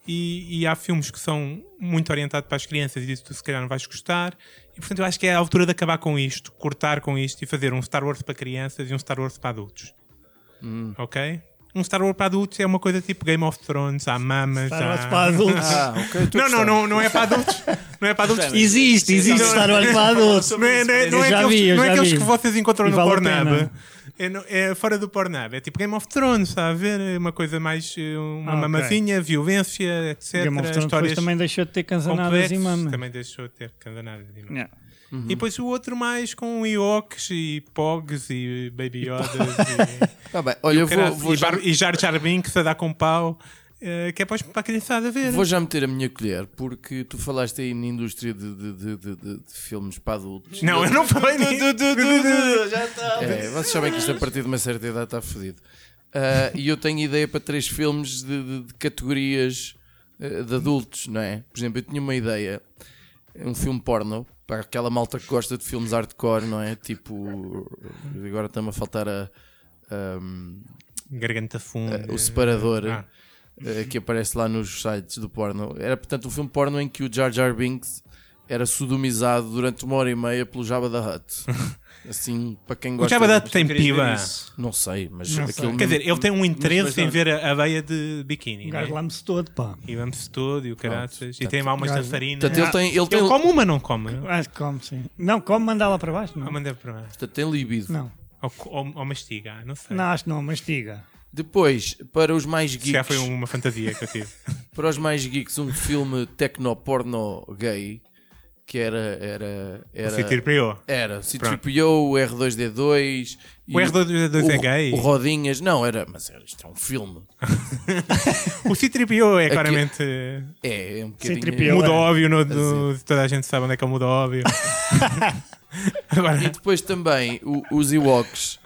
Speaker 4: E, e há filmes que são muito orientados para as crianças e disso tu se calhar não vais gostar. E portanto eu acho que é a altura de acabar com isto, cortar com isto e fazer um Star Wars para crianças e um Star Wars para adultos. Ok? Um Star Wars para adultos é uma coisa tipo Game of Thrones, há mamas,
Speaker 5: Star Wars
Speaker 4: há...
Speaker 5: para adultos.
Speaker 2: Ah, ok. estou a
Speaker 4: Não, não,
Speaker 2: gostar.
Speaker 4: não, não é para adultos. Não é para adultos.
Speaker 5: Existe, existe
Speaker 4: Não,
Speaker 5: Star Wars para adultos.
Speaker 4: Não é, não é- não é
Speaker 5: Eu já
Speaker 4: aqueles,
Speaker 5: vi, eu
Speaker 4: não é
Speaker 5: já
Speaker 4: aqueles
Speaker 5: vi.
Speaker 4: que vocês encontram
Speaker 5: E
Speaker 4: no
Speaker 5: vale a
Speaker 4: Pornhub.
Speaker 5: pena.
Speaker 4: É, no- é fora do Pornhub. É tipo Game of Thrones, está a ver? É Uma coisa mais. eh, Uma
Speaker 5: Ah, ok.
Speaker 4: mamazinha, violência, etc.
Speaker 5: Game of Thrones depois
Speaker 4: histórias
Speaker 5: também deixou de ter canzanadas e
Speaker 4: complexas.
Speaker 5: mama.
Speaker 4: Também deixou de ter candanadas e mama.
Speaker 5: Yeah.
Speaker 4: E depois o outro mais com Ewoks e Pogs e Baby Yodas. e...
Speaker 2: Tá bem. Olha, eu vou,
Speaker 4: Caralho,
Speaker 2: vou
Speaker 4: e,
Speaker 2: já,
Speaker 4: Bar e Jar Jar Binks a dar com um pau, eh, que é para, os- para a criançada ver.
Speaker 2: vou já meter a minha colher, porque tu falaste aí na indústria de, de- de- de- de- de filmes para adultos.
Speaker 4: Não, eu não falei nisso.
Speaker 3: Já está.
Speaker 2: É, vocês sabem que isto a partir de uma certa idade está fodido. Ah, e eu tenho ideia para três filmes de, de- de categorias ah, de adultos, não é? Por exemplo, eu tinha uma ideia, um filme porno, para aquela malta que gosta de filmes hardcore, não é? Tipo, agora está-me a faltar a- a,
Speaker 4: Garganta funda.
Speaker 2: Eh, o separador
Speaker 4: Ah.
Speaker 2: eh, que aparece lá nos sites do porno. Era, portanto, um filme porno em que o Jar Jar Binks era sodomizado durante uma hora e meia pelo Jabba da Hutt. Assim, para quem
Speaker 4: O
Speaker 2: gosta...
Speaker 4: Jabba
Speaker 2: de-
Speaker 4: da Hutt tem piba.
Speaker 2: Não sei, mas
Speaker 5: Não
Speaker 2: aquilo...
Speaker 5: sei.
Speaker 4: Quer dizer, ele tem um interesse
Speaker 3: não.
Speaker 4: em ver a a veia de
Speaker 5: Um
Speaker 4: biquíni. não é?
Speaker 5: Garlamos todo, pá.
Speaker 4: E vamos todo e o caraças. E
Speaker 2: Portanto,
Speaker 4: tem lá umas
Speaker 5: um gajo-
Speaker 4: dançarinas.
Speaker 2: Portanto, ele tem, ele tem, um-
Speaker 4: Ele come uma, não come?
Speaker 5: Acho que como, sim. Não, como mandá-la para baixo?
Speaker 4: Ou
Speaker 5: Não.
Speaker 4: manda para lá.
Speaker 2: portanto, tem libido.
Speaker 5: Não,
Speaker 4: Ou, co- ou- ou mastiga, não sei.
Speaker 5: não acho que não, mastiga.
Speaker 2: Depois, para os mais
Speaker 4: Se já
Speaker 2: geeks,
Speaker 4: foi uma fantasia que eu tive.
Speaker 2: para os mais geeks, um filme tecno-porno gay, que era... Era...
Speaker 4: Se
Speaker 2: era
Speaker 4: tirpeou.
Speaker 2: era, o C-3PO, o R2-D2... e
Speaker 4: O R2D2 é
Speaker 2: o-
Speaker 4: gay?
Speaker 2: O Rodinhas, não, era... Mas era, isto é um filme.
Speaker 4: O C-3PO é
Speaker 2: Aqui- Assim.
Speaker 4: claramente. eh,
Speaker 2: É, é um
Speaker 5: Sem
Speaker 2: bocadinho.
Speaker 5: tripião.
Speaker 4: Muda
Speaker 5: é.
Speaker 4: óbvio, no, no- toda a gente sabe onde é que é o muda óbvio. Agora,
Speaker 2: E depois também o- os Ewoks.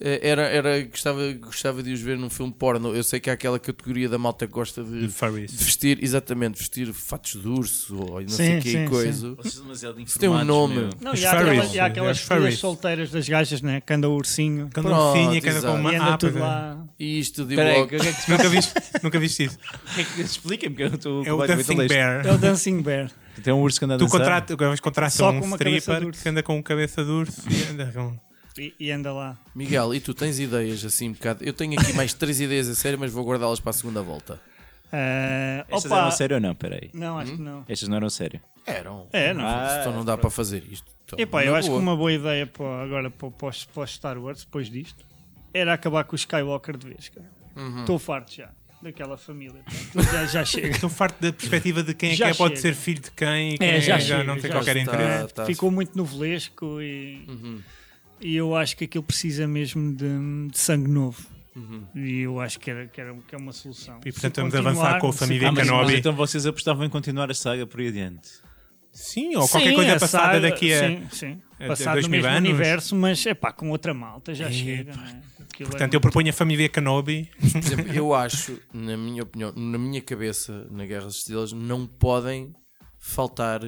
Speaker 2: eh, Era, era, gostava, gostava de os ver num filme porno. Eu sei que há aquela categoria da malta que gosta de, de
Speaker 4: Furries.
Speaker 2: vestir, exatamente, vestir fatos de urso ou não
Speaker 5: Sim,
Speaker 2: sei que
Speaker 5: sim,
Speaker 2: coisa.
Speaker 3: Vocês são demasiado informados.
Speaker 2: tem um nome.
Speaker 3: meu.
Speaker 5: Não,
Speaker 4: Os
Speaker 5: e há aquelas,
Speaker 4: furries,
Speaker 5: e há aquelas
Speaker 4: os furries.
Speaker 5: filhas solteiras das gajas, né? Que anda o ursinho
Speaker 4: Cada
Speaker 2: Pronto,
Speaker 4: um finha, cada
Speaker 2: exato.
Speaker 4: com uma
Speaker 5: e anda
Speaker 4: ah,
Speaker 5: tudo
Speaker 4: pois é.
Speaker 5: lá.
Speaker 2: E isto de
Speaker 3: Peraí,
Speaker 2: Ewoks.
Speaker 4: Nunca viste, nunca viste isso.
Speaker 3: Explica-me que eu estou
Speaker 4: É o Dancing Bear.
Speaker 5: É o Dancing Bear.
Speaker 3: Tem um urso que anda a
Speaker 4: Tu
Speaker 3: dançar.
Speaker 4: contrata, agora contratas
Speaker 5: Só
Speaker 4: um
Speaker 5: com uma cabeça de
Speaker 4: stripper
Speaker 5: urso.
Speaker 4: que anda com um cabeça de urso e anda com.
Speaker 5: E, e anda lá.
Speaker 2: Miguel, e tu tens ideias assim um bocado? Eu tenho aqui mais três ideias a sério, mas vou guardá-las para a segunda volta.
Speaker 5: Ah,
Speaker 3: Estas
Speaker 4: é
Speaker 5: opa,
Speaker 3: eram sério ou não? Peraí.
Speaker 5: Não, acho que
Speaker 4: Hum?
Speaker 5: não.
Speaker 3: Estas não eram sério.
Speaker 2: Eram.
Speaker 5: É, não.
Speaker 3: Ah,
Speaker 2: Então não dá para fazer isto. Então,
Speaker 5: Epá,
Speaker 2: na
Speaker 5: eu acho que
Speaker 2: boa.
Speaker 5: uma boa ideia para, agora para, para, os- para os Star Wars, depois disto, era acabar com o Skywalker de vez, cara.
Speaker 2: Uhum.
Speaker 5: Estou farto já daquela família. pá. Já, já chega.
Speaker 4: Estou farto da perspectiva de quem é
Speaker 5: Já
Speaker 4: que é, pode ser
Speaker 5: chega.
Speaker 4: filho de quem e quem é,
Speaker 5: já
Speaker 4: já,
Speaker 5: chega,
Speaker 4: não tem
Speaker 5: já
Speaker 4: qualquer
Speaker 2: está.
Speaker 4: interesse.
Speaker 2: Ah, tá.
Speaker 5: É,
Speaker 2: Uhum.
Speaker 5: Ficou muito novelesco e, e eu acho que aquilo precisa mesmo de, de sangue novo.
Speaker 2: Uhum.
Speaker 5: E eu acho que, era, que, era, que é uma solução.
Speaker 4: E,
Speaker 5: Se
Speaker 4: portanto, vamos avançar com o
Speaker 5: continuar-
Speaker 4: Família
Speaker 5: se-
Speaker 3: Ah, mas, mas
Speaker 4: Kenobi.
Speaker 3: então vocês apostavam em continuar a saga por aí adiante.
Speaker 4: Sim, ou qualquer
Speaker 5: Sim,
Speaker 4: coisa
Speaker 5: a
Speaker 4: passada
Speaker 5: saga-
Speaker 4: daqui a.
Speaker 5: Sim, sim.
Speaker 4: a- a
Speaker 5: Passado
Speaker 4: dois
Speaker 5: no
Speaker 4: mil
Speaker 5: mesmo
Speaker 4: anos.
Speaker 5: universo, mas é pá, com outra malta já chega. não é? Aquilo
Speaker 4: Portanto,
Speaker 5: é
Speaker 4: eu proponho a Família Kenobi.
Speaker 2: Por exemplo, eu acho, na minha opinião, na minha cabeça, na Guerra das Estrelas, não podem faltar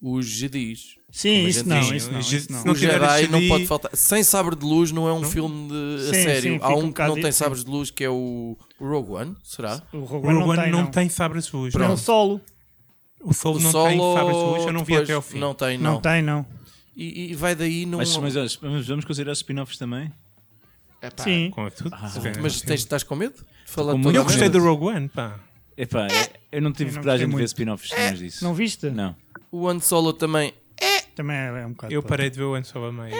Speaker 2: os Jedis.
Speaker 5: Sim,
Speaker 2: Como a
Speaker 5: isso
Speaker 2: gente
Speaker 5: não,
Speaker 2: diz,
Speaker 5: isso não,
Speaker 4: se
Speaker 5: isso não.
Speaker 4: não
Speaker 2: o
Speaker 4: tiver
Speaker 2: Jedi
Speaker 4: esse
Speaker 2: não
Speaker 4: Jedi-
Speaker 2: pode faltar. Sem Sabre de Luz não é um filme de, a
Speaker 5: Sim,
Speaker 2: sério.
Speaker 5: sim,
Speaker 2: Há
Speaker 5: fica
Speaker 2: um,
Speaker 5: um
Speaker 2: que não
Speaker 5: bocado
Speaker 2: tem
Speaker 5: isso,
Speaker 2: Sabres de Luz que é o o Rogue One, será?
Speaker 5: O Rogue
Speaker 4: O
Speaker 5: One
Speaker 4: Rogue
Speaker 5: não
Speaker 4: One
Speaker 5: tem, não.
Speaker 4: não tem sabres de luz.
Speaker 5: É um solo.
Speaker 4: O Solo não tem sabres de luz, eu não vi
Speaker 2: depois,
Speaker 4: até ao fim.
Speaker 2: Não tem, não.
Speaker 5: Não tem, não.
Speaker 2: E, e vai daí não.
Speaker 3: Mas, mas, mas vamos, vamos considerar spin-offs também?
Speaker 2: Epá,
Speaker 5: Sim.
Speaker 4: Com é tudo.
Speaker 5: Ah.
Speaker 2: mas tens, estás com medo? de falar
Speaker 3: Com
Speaker 2: toda
Speaker 3: medo.
Speaker 2: a
Speaker 4: Eu é. gostei
Speaker 2: merda?
Speaker 4: do Rogue One, pá.
Speaker 3: Epá, eu não tive
Speaker 5: Eu não gostei
Speaker 3: coragem de ver
Speaker 5: muito.
Speaker 3: spin-offs depois disso.
Speaker 5: Não viste?
Speaker 3: Não.
Speaker 2: O Han Solo também.
Speaker 5: Também é é um bocado.
Speaker 4: Eu
Speaker 5: pá.
Speaker 4: parei de ver o Anne Solo a meio.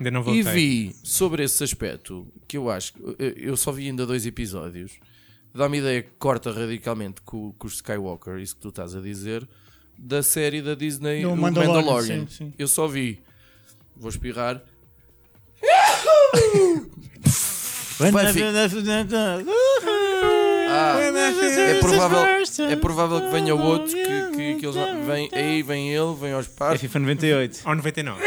Speaker 4: Ainda não voltei.
Speaker 2: E vi sobre esse aspecto que eu acho. que- eu- Eu só vi ainda dois episódios. Dá-me ideia que corta radicalmente com, com os Skywalker, isso que tu estás a dizer, da série da Disney
Speaker 5: Do
Speaker 2: o
Speaker 5: Mandalorian,
Speaker 2: Mandalorian.
Speaker 5: sim, sim.
Speaker 2: Eu só vi. Vou espirrar. Fanfic. Ah, é provável, é provável que venha outro que, que, que eles vem, aí vem ele, vem aos
Speaker 3: É
Speaker 2: pais.
Speaker 3: FIFA 98.
Speaker 4: Ao 99.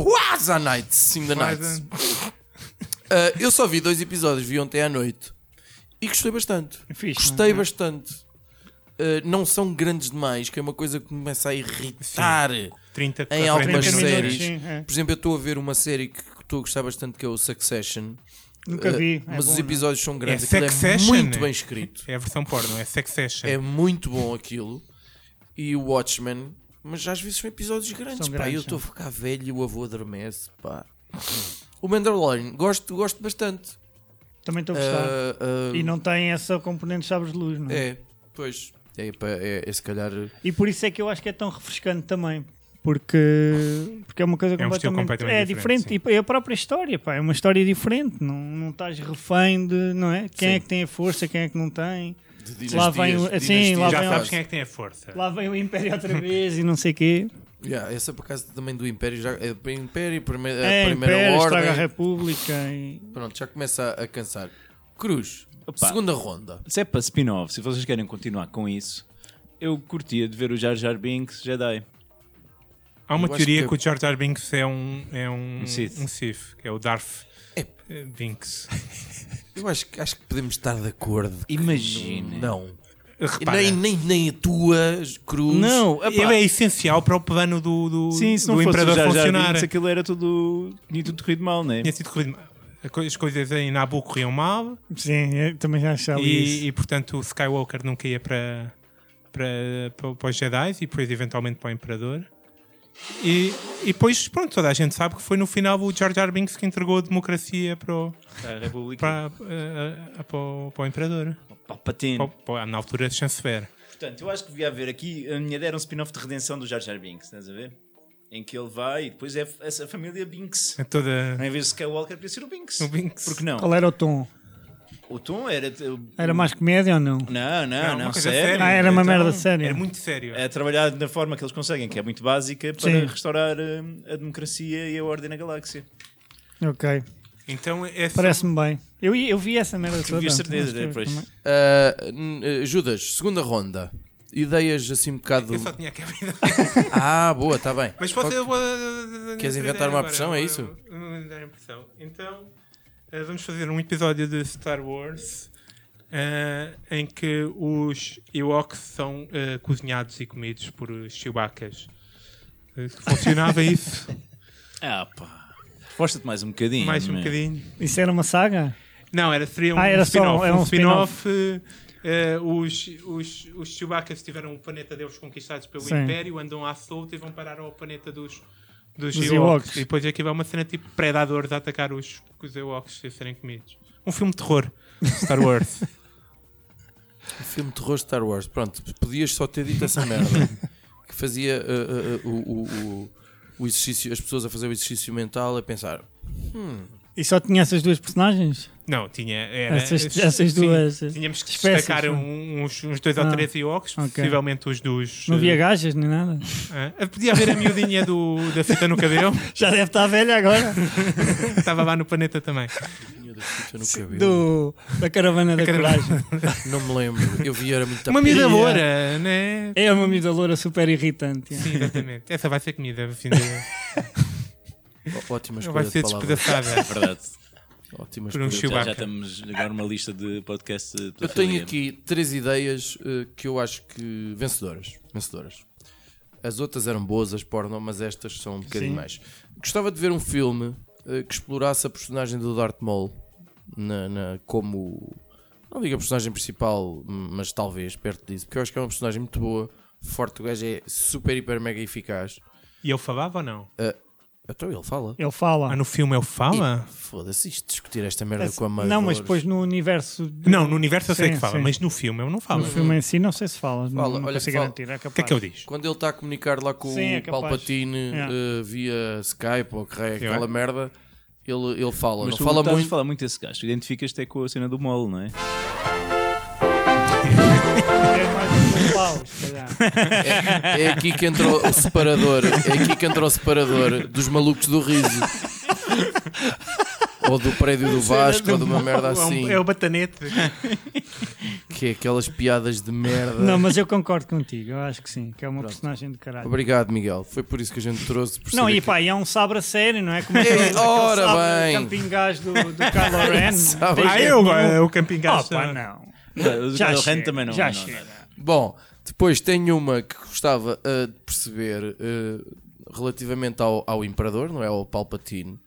Speaker 2: What's a night? Sim, the night.
Speaker 4: Mas,
Speaker 2: Ah, eu só vi dois episódios, vi ontem à noite e gostei bastante.
Speaker 5: Fixe,
Speaker 2: gostei
Speaker 5: não é?
Speaker 2: bastante. Ah, não são grandes demais, que é uma coisa que me começa a irritar.
Speaker 4: 30,
Speaker 2: Em
Speaker 4: 40
Speaker 2: algumas
Speaker 4: minutos.
Speaker 2: séries.
Speaker 5: Sim, é.
Speaker 2: Por exemplo, eu estou a ver uma série que que estou a gostar bastante que é o Succession.
Speaker 5: Nunca
Speaker 2: Ah,
Speaker 5: vi. É
Speaker 2: mas
Speaker 5: bom,
Speaker 2: os
Speaker 5: não é?
Speaker 2: episódios são grandes.
Speaker 4: É
Speaker 2: Aquilo
Speaker 4: Succession,
Speaker 2: é muito
Speaker 4: né?
Speaker 2: bem escrito.
Speaker 4: É a versão porno, é Succession.
Speaker 2: É muito bom aquilo. E o Watchmen. Mas às vezes são episódios grandes.
Speaker 5: São
Speaker 2: pá,
Speaker 5: grandes,
Speaker 2: eu estou a ficar velho e o avô adormece. Pá. O Mandalorian, gosto, gosto bastante.
Speaker 5: Também estou a gostar.
Speaker 2: Ah, ah,
Speaker 5: E não tem essa componente de chaves de luz, não é?
Speaker 2: É, pois. É, pá, é, é se calhar.
Speaker 5: E por isso é que eu acho que é tão refrescante também. Porque, porque é uma coisa
Speaker 4: É um estilo
Speaker 5: completamente,
Speaker 4: completamente
Speaker 5: é
Speaker 4: diferente,
Speaker 5: diferente. E é a própria história, pá, é uma história diferente. Não, não estás refém de. Não é? Quem é que tem a força, quem é que não tem.
Speaker 2: De
Speaker 5: Lá vem o-
Speaker 2: dinastias,
Speaker 5: sim,
Speaker 2: dinastias.
Speaker 5: lá
Speaker 4: Já
Speaker 5: vem
Speaker 4: sabes quem é que tem a força.
Speaker 5: Lá vem o Império outra vez e não sei o quê.
Speaker 2: Yeah, essa é por acaso também do Império. Já, é, do Império, prime, a
Speaker 5: É,
Speaker 2: Primeira
Speaker 5: Império, Estraga a
Speaker 2: Ordem.
Speaker 5: República. E...
Speaker 2: Pronto, já começa a, a cansar. Cruz,
Speaker 3: Opa.
Speaker 2: segunda ronda.
Speaker 3: Se é para spin-off, se vocês querem continuar com isso, eu curtia de ver o Jar Jar Binks Jedi.
Speaker 4: Há uma
Speaker 2: Eu acho
Speaker 4: teoria
Speaker 2: que-
Speaker 4: que... o Jar Jar Binks é um, é um,
Speaker 3: Um Sith.
Speaker 4: um Sith, que é o Darth
Speaker 2: É.
Speaker 4: eh, Binks.
Speaker 2: Eu acho, que- acho que podemos estar de acordo. que
Speaker 3: Imagina.
Speaker 2: Não.
Speaker 4: Repara,
Speaker 2: Nem, nem, nem a tua, Cruz.
Speaker 4: ele é essencial para o plano do, do,
Speaker 3: Sim, se não
Speaker 4: do
Speaker 3: fosse o
Speaker 4: Imperador
Speaker 3: Jar Jar
Speaker 4: funcionar.
Speaker 3: Binks, aquilo era tudo... Tinha tudo corrido mal, não é?
Speaker 4: Tinha sido corrido mal. As coisas em Nabu corriam mal
Speaker 5: Sim, eu também já achava Então, isso.
Speaker 4: e, e, portanto, o Skywalker nunca ia para, para, para, para os Jedi e depois, eventualmente, para o Imperador. E, e depois, pronto, toda a gente sabe que foi no final o Jar Jar Binks que entregou a democracia para o,
Speaker 3: A República.
Speaker 4: para, eh, eh, para, o, para o Imperador.
Speaker 3: Para, patente.
Speaker 4: Para o- para- na altura, chanceler.
Speaker 3: Portanto, eu acho que devia haver aqui, a minha ideia era um spin-off de redenção do Jar Jar Binks, estás a ver? Em que ele vai e depois é essa família Binks.
Speaker 4: É toda.
Speaker 3: Em vez de Skywalker, podia ser o Binks.
Speaker 4: O Binks.
Speaker 3: Porque não?
Speaker 5: Qual é? era o tom?
Speaker 3: O Tom era...
Speaker 5: Era mais comédia ou não?
Speaker 3: Não, não,
Speaker 4: é uma
Speaker 3: não,
Speaker 4: coisa
Speaker 3: sério.
Speaker 4: séria. Então,
Speaker 5: Ah, era uma merda séria.
Speaker 4: Era muito sério.
Speaker 3: É trabalhar da forma que eles conseguem, que é muito básica, para
Speaker 5: Sim.
Speaker 3: restaurar hum, a democracia e a ordem na galáxia.
Speaker 5: Ok,
Speaker 4: Então, é só-
Speaker 5: parece-me bem. Eu, eu vi essa merda toda.
Speaker 3: Tive certeza,
Speaker 5: Mas-
Speaker 3: né, pois.
Speaker 2: Ah, n- ah, Judas, segunda ronda. Ideias assim um bocado.
Speaker 4: Eu só tinha que abrir.
Speaker 2: Ah, boa, está bem.
Speaker 4: Mas pode ser.
Speaker 2: Queres inventar uma impressão, é isso?
Speaker 4: Inventar impressão. Então, eh, vamos fazer um episódio de Star Wars eh, em que os Ewoks são eh, cozinhados e comidos por Chewbacas. Eh, Funcionava isso?
Speaker 3: Ah, pá. Força-te mais um bocadinho.
Speaker 4: Mais um
Speaker 3: meu.
Speaker 4: bocadinho.
Speaker 5: Isso era uma saga?
Speaker 4: Não, era, seria um
Speaker 5: Ah, era só-
Speaker 4: spin-off.
Speaker 5: era
Speaker 4: um
Speaker 5: um
Speaker 4: spin-off. eh, eh, os, os, os Chewbacca tiveram o planeta deles conquistados pelo
Speaker 5: Sim.
Speaker 4: Império, andam à solta e vão parar ao planeta dos, dos,
Speaker 5: Dos
Speaker 4: Ewoks.
Speaker 5: Ewoks.
Speaker 4: E depois aqui vai uma cena tipo predadores a atacar os, os Ewoks e a serem comidos. Um filme de terror. Star Wars.
Speaker 2: Um Filme de terror Star Wars. Pronto, podias só ter dito essa merda. que fazia uh, uh, uh, o, o- o- o exercício, as pessoas a fazer o exercício mental a pensar.
Speaker 5: E só tinha essas duas personagens?
Speaker 4: Não, tinha. Era,
Speaker 5: Essas- essas duas, eh,
Speaker 4: Tínhamos que
Speaker 5: espécies,
Speaker 4: destacar
Speaker 5: não?
Speaker 4: um- uns, uns dois ou
Speaker 5: Ah,
Speaker 4: três Ewoks,
Speaker 5: ok.
Speaker 4: possivelmente os dos.
Speaker 5: Não havia
Speaker 4: eh,
Speaker 5: gajas nem nada?
Speaker 4: ah, podia haver a miudinha do, da fita no cabelo.
Speaker 5: Já deve estar velha agora.
Speaker 4: Estava lá no planeta também.
Speaker 2: fita no cabelo.
Speaker 5: Do, da caravana da coragem.
Speaker 2: Não me lembro. Eu vi, era muito
Speaker 4: Uma
Speaker 5: miúda
Speaker 4: mida
Speaker 5: boa.
Speaker 4: loura, né?
Speaker 5: É uma miúda loura super irritante.
Speaker 4: Sim, exatamente. Essa vai ser comida, assim, de-
Speaker 2: Ótima escolha
Speaker 4: vai ser
Speaker 2: de palavras.
Speaker 4: despedaçada.
Speaker 3: Verdade.
Speaker 2: Ótima
Speaker 4: por um
Speaker 2: escolha.
Speaker 4: Chewbacca.
Speaker 3: Já, já estamos agora numa lista de podcasts eh, de
Speaker 2: Eu tenho aqui três ideias eh, que eu acho que vencedoras. Vencedoras. As outras eram boas, as porno, mas estas são um bocadinho
Speaker 5: Sim.
Speaker 2: mais. Gostava de ver um filme eh, que explorasse a personagem do Darth Maul na, na- como. Não digo a personagem principal, mas talvez perto disso, porque eu acho que é uma personagem muito boa, forte. O gajo é super, hiper, mega eficaz.
Speaker 4: E ele falava ou não?
Speaker 2: Então ele fala.
Speaker 5: Ele fala.
Speaker 4: Ah, no filme ele fala?
Speaker 2: Foda-se, isto discutir esta merda
Speaker 5: Essa-
Speaker 2: com a mãe.
Speaker 5: não, mas
Speaker 2: Dolores.
Speaker 5: depois no universo.
Speaker 4: Não, no universo eu sei
Speaker 5: Sim,
Speaker 4: que fala,
Speaker 5: sim.
Speaker 4: mas no filme ele não fala.
Speaker 5: No filme em si, não sei se fala.
Speaker 2: Fala,
Speaker 5: não não
Speaker 2: olha,
Speaker 5: consigo
Speaker 2: fala.
Speaker 5: garantir. É
Speaker 4: O que é
Speaker 5: capaz.
Speaker 4: que ele diz?
Speaker 2: Quando ele está a comunicar lá com
Speaker 5: Sim, é
Speaker 2: o
Speaker 5: capaz.
Speaker 2: Palpatine
Speaker 5: Yeah.
Speaker 2: eh, via Skype ou que é
Speaker 4: Sim,
Speaker 2: aquela
Speaker 4: é.
Speaker 2: merda, ele, ele fala.
Speaker 3: Mas tu
Speaker 2: não fala
Speaker 3: estás a
Speaker 2: muito.
Speaker 3: falar muito desse gajo. Identificas-te é com a cena do mole, não é?
Speaker 5: É mais um Paulo, se calhar.
Speaker 2: É, é aqui que entra o separador. É aqui que entra o separador dos malucos do riso. ou do prédio do Vasco, ou de uma merda
Speaker 4: É um-
Speaker 2: assim.
Speaker 4: É o batanete.
Speaker 2: Que é aquelas piadas de merda.
Speaker 5: um- Não, mas eu concordo contigo, eu acho que sim, que é uma personagem de caralho.
Speaker 2: Obrigado, Miguel. Foi por isso que a gente trouxe. por
Speaker 5: Não,
Speaker 2: ser
Speaker 5: e
Speaker 2: aqui.
Speaker 5: pá, e é um sabre a sério, não é? Como é
Speaker 2: Ei,
Speaker 5: aquele
Speaker 2: ora
Speaker 5: sabre
Speaker 2: bem.
Speaker 5: Camping gás do, do Kylo Ren.
Speaker 2: Sabe?
Speaker 4: Ah, eu, o Camping
Speaker 5: Ah,
Speaker 4: Gás.
Speaker 5: pá, não.
Speaker 3: O do
Speaker 5: Já
Speaker 3: Kylo Ren
Speaker 5: chega,
Speaker 3: também não.
Speaker 5: já
Speaker 3: não,
Speaker 5: chega.
Speaker 3: não.
Speaker 2: Bom, depois tenho uma que gostava eh, de perceber eh, relativamente ao, ao Imperador, não é? Ao Palpatine.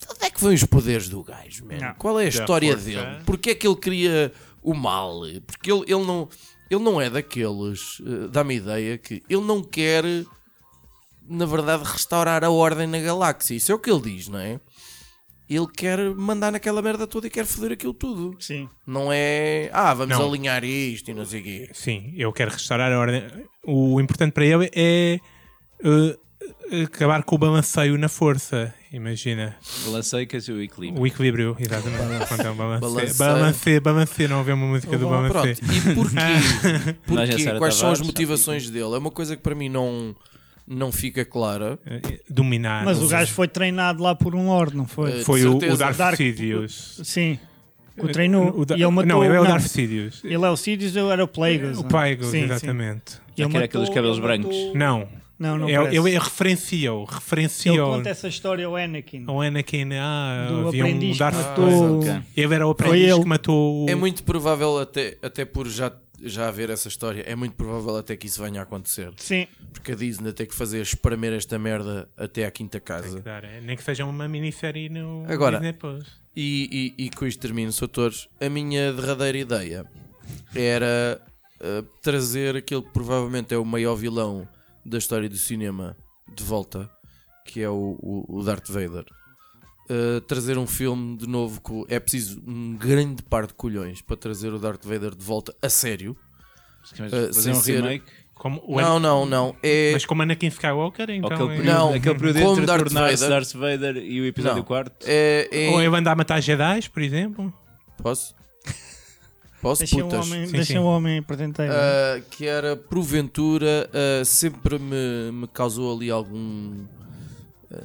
Speaker 2: De onde é que vêm os poderes do gajo, man?
Speaker 5: Não.
Speaker 2: Qual é a
Speaker 4: Da
Speaker 2: história
Speaker 4: força.
Speaker 2: dele? Porquê é que ele cria o mal? Porque ele, ele, não, ele não é daqueles. eh, Dá-me a ideia que ele não quer, na verdade, restaurar a ordem na galáxia. Isso é o que ele diz, não é? Ele quer mandar naquela merda toda e quer foder aquilo tudo.
Speaker 5: Sim.
Speaker 2: Não é. Ah, vamos
Speaker 4: Não.
Speaker 2: alinhar isto e não sei o quê.
Speaker 4: Sim, eu quero restaurar a ordem. O importante para ele é eh, acabar com o balanceio na força. Imagina.
Speaker 3: Balancei que é o equilíbrio.
Speaker 4: O equilíbrio, exatamente. Quando é um
Speaker 2: Balanceio.
Speaker 4: balanceio. Balanceio, balanceio. Não havia uma música do balanceio.
Speaker 2: Pronto, e porquê?
Speaker 3: Homenagem a
Speaker 2: porquê?
Speaker 3: Sara
Speaker 2: Quais são as
Speaker 3: Tavares,
Speaker 2: motivações dele? É uma coisa que para mim não, não fica clara.
Speaker 3: É.
Speaker 4: Eh, Dominar.
Speaker 5: Mas
Speaker 4: não
Speaker 5: o
Speaker 4: sei.
Speaker 5: gajo foi treinado lá por um Lord, não foi?
Speaker 2: Eh,
Speaker 4: Foi o,
Speaker 2: certeza.
Speaker 4: o Darth
Speaker 5: Dark-
Speaker 4: Sidious.
Speaker 5: Sim. O treinou.
Speaker 4: O da-
Speaker 5: E ele matou.
Speaker 4: Não, ele é o Darth Sidious.
Speaker 5: Ele é o Sidious, eu era o Plagueis.
Speaker 4: O
Speaker 5: não é?
Speaker 4: Pygos,
Speaker 5: Sim, sim.
Speaker 4: exatamente.
Speaker 5: E ele
Speaker 3: que era
Speaker 5: matou-
Speaker 3: aqueles cabelos
Speaker 5: ele matou-
Speaker 3: brancos.
Speaker 4: Não.
Speaker 5: Não, não
Speaker 4: ele,
Speaker 5: parece.
Speaker 4: ele é referenciou,
Speaker 5: Ele
Speaker 4: referenciou
Speaker 5: conta essa história ao Anakin.
Speaker 4: ao Anakin. Ah,
Speaker 5: Do
Speaker 4: havia um
Speaker 5: aprendiz que
Speaker 4: Darth
Speaker 5: matou...
Speaker 3: Ah, ok.
Speaker 4: Ele era o aprendiz
Speaker 5: ele.
Speaker 4: que matou o-
Speaker 2: É muito provável, até, até por já, já haver essa história, é muito provável até que isso venha a acontecer.
Speaker 5: Sim.
Speaker 2: Porque a Disney tem que fazer espremer esta merda até à quinta casa.
Speaker 4: Dar, eh, Nem que seja uma minissérie no
Speaker 2: Agora.
Speaker 4: Disney Plus.
Speaker 2: E, e, e com isto termino, Sr. Torres. A minha derradeira ideia era eh, trazer aquele que provavelmente é o maior vilão da história do cinema de volta, que é o, o- o Darth Vader. Eh, trazer um filme de novo com. É preciso um grande par de colhões para trazer o Darth Vader de volta a sério.
Speaker 3: Fazer
Speaker 4: Uh,
Speaker 2: uh, sem
Speaker 3: um
Speaker 2: ser-
Speaker 3: remake.
Speaker 4: Como o An-
Speaker 2: Não, não, não. É.
Speaker 4: Mas como Anakin Skywalker, então.
Speaker 3: aquele
Speaker 4: é-
Speaker 3: período,
Speaker 2: Não,
Speaker 3: aquele período
Speaker 2: como
Speaker 3: entre
Speaker 2: Darth
Speaker 3: tornar-se
Speaker 2: Vader.
Speaker 3: Darth Vader e o episódio
Speaker 2: Não.
Speaker 3: 4.
Speaker 2: é, é-
Speaker 4: Ou ele anda a matar Jedi, por exemplo.
Speaker 2: Posso? Posso,
Speaker 5: Deixem o
Speaker 2: putas?
Speaker 5: um homem,
Speaker 4: Sim,
Speaker 5: deixem
Speaker 4: sim.
Speaker 5: o homem eh, apresentar.
Speaker 2: Uh, que era porventura uh, sempre me, me causou ali algum uh,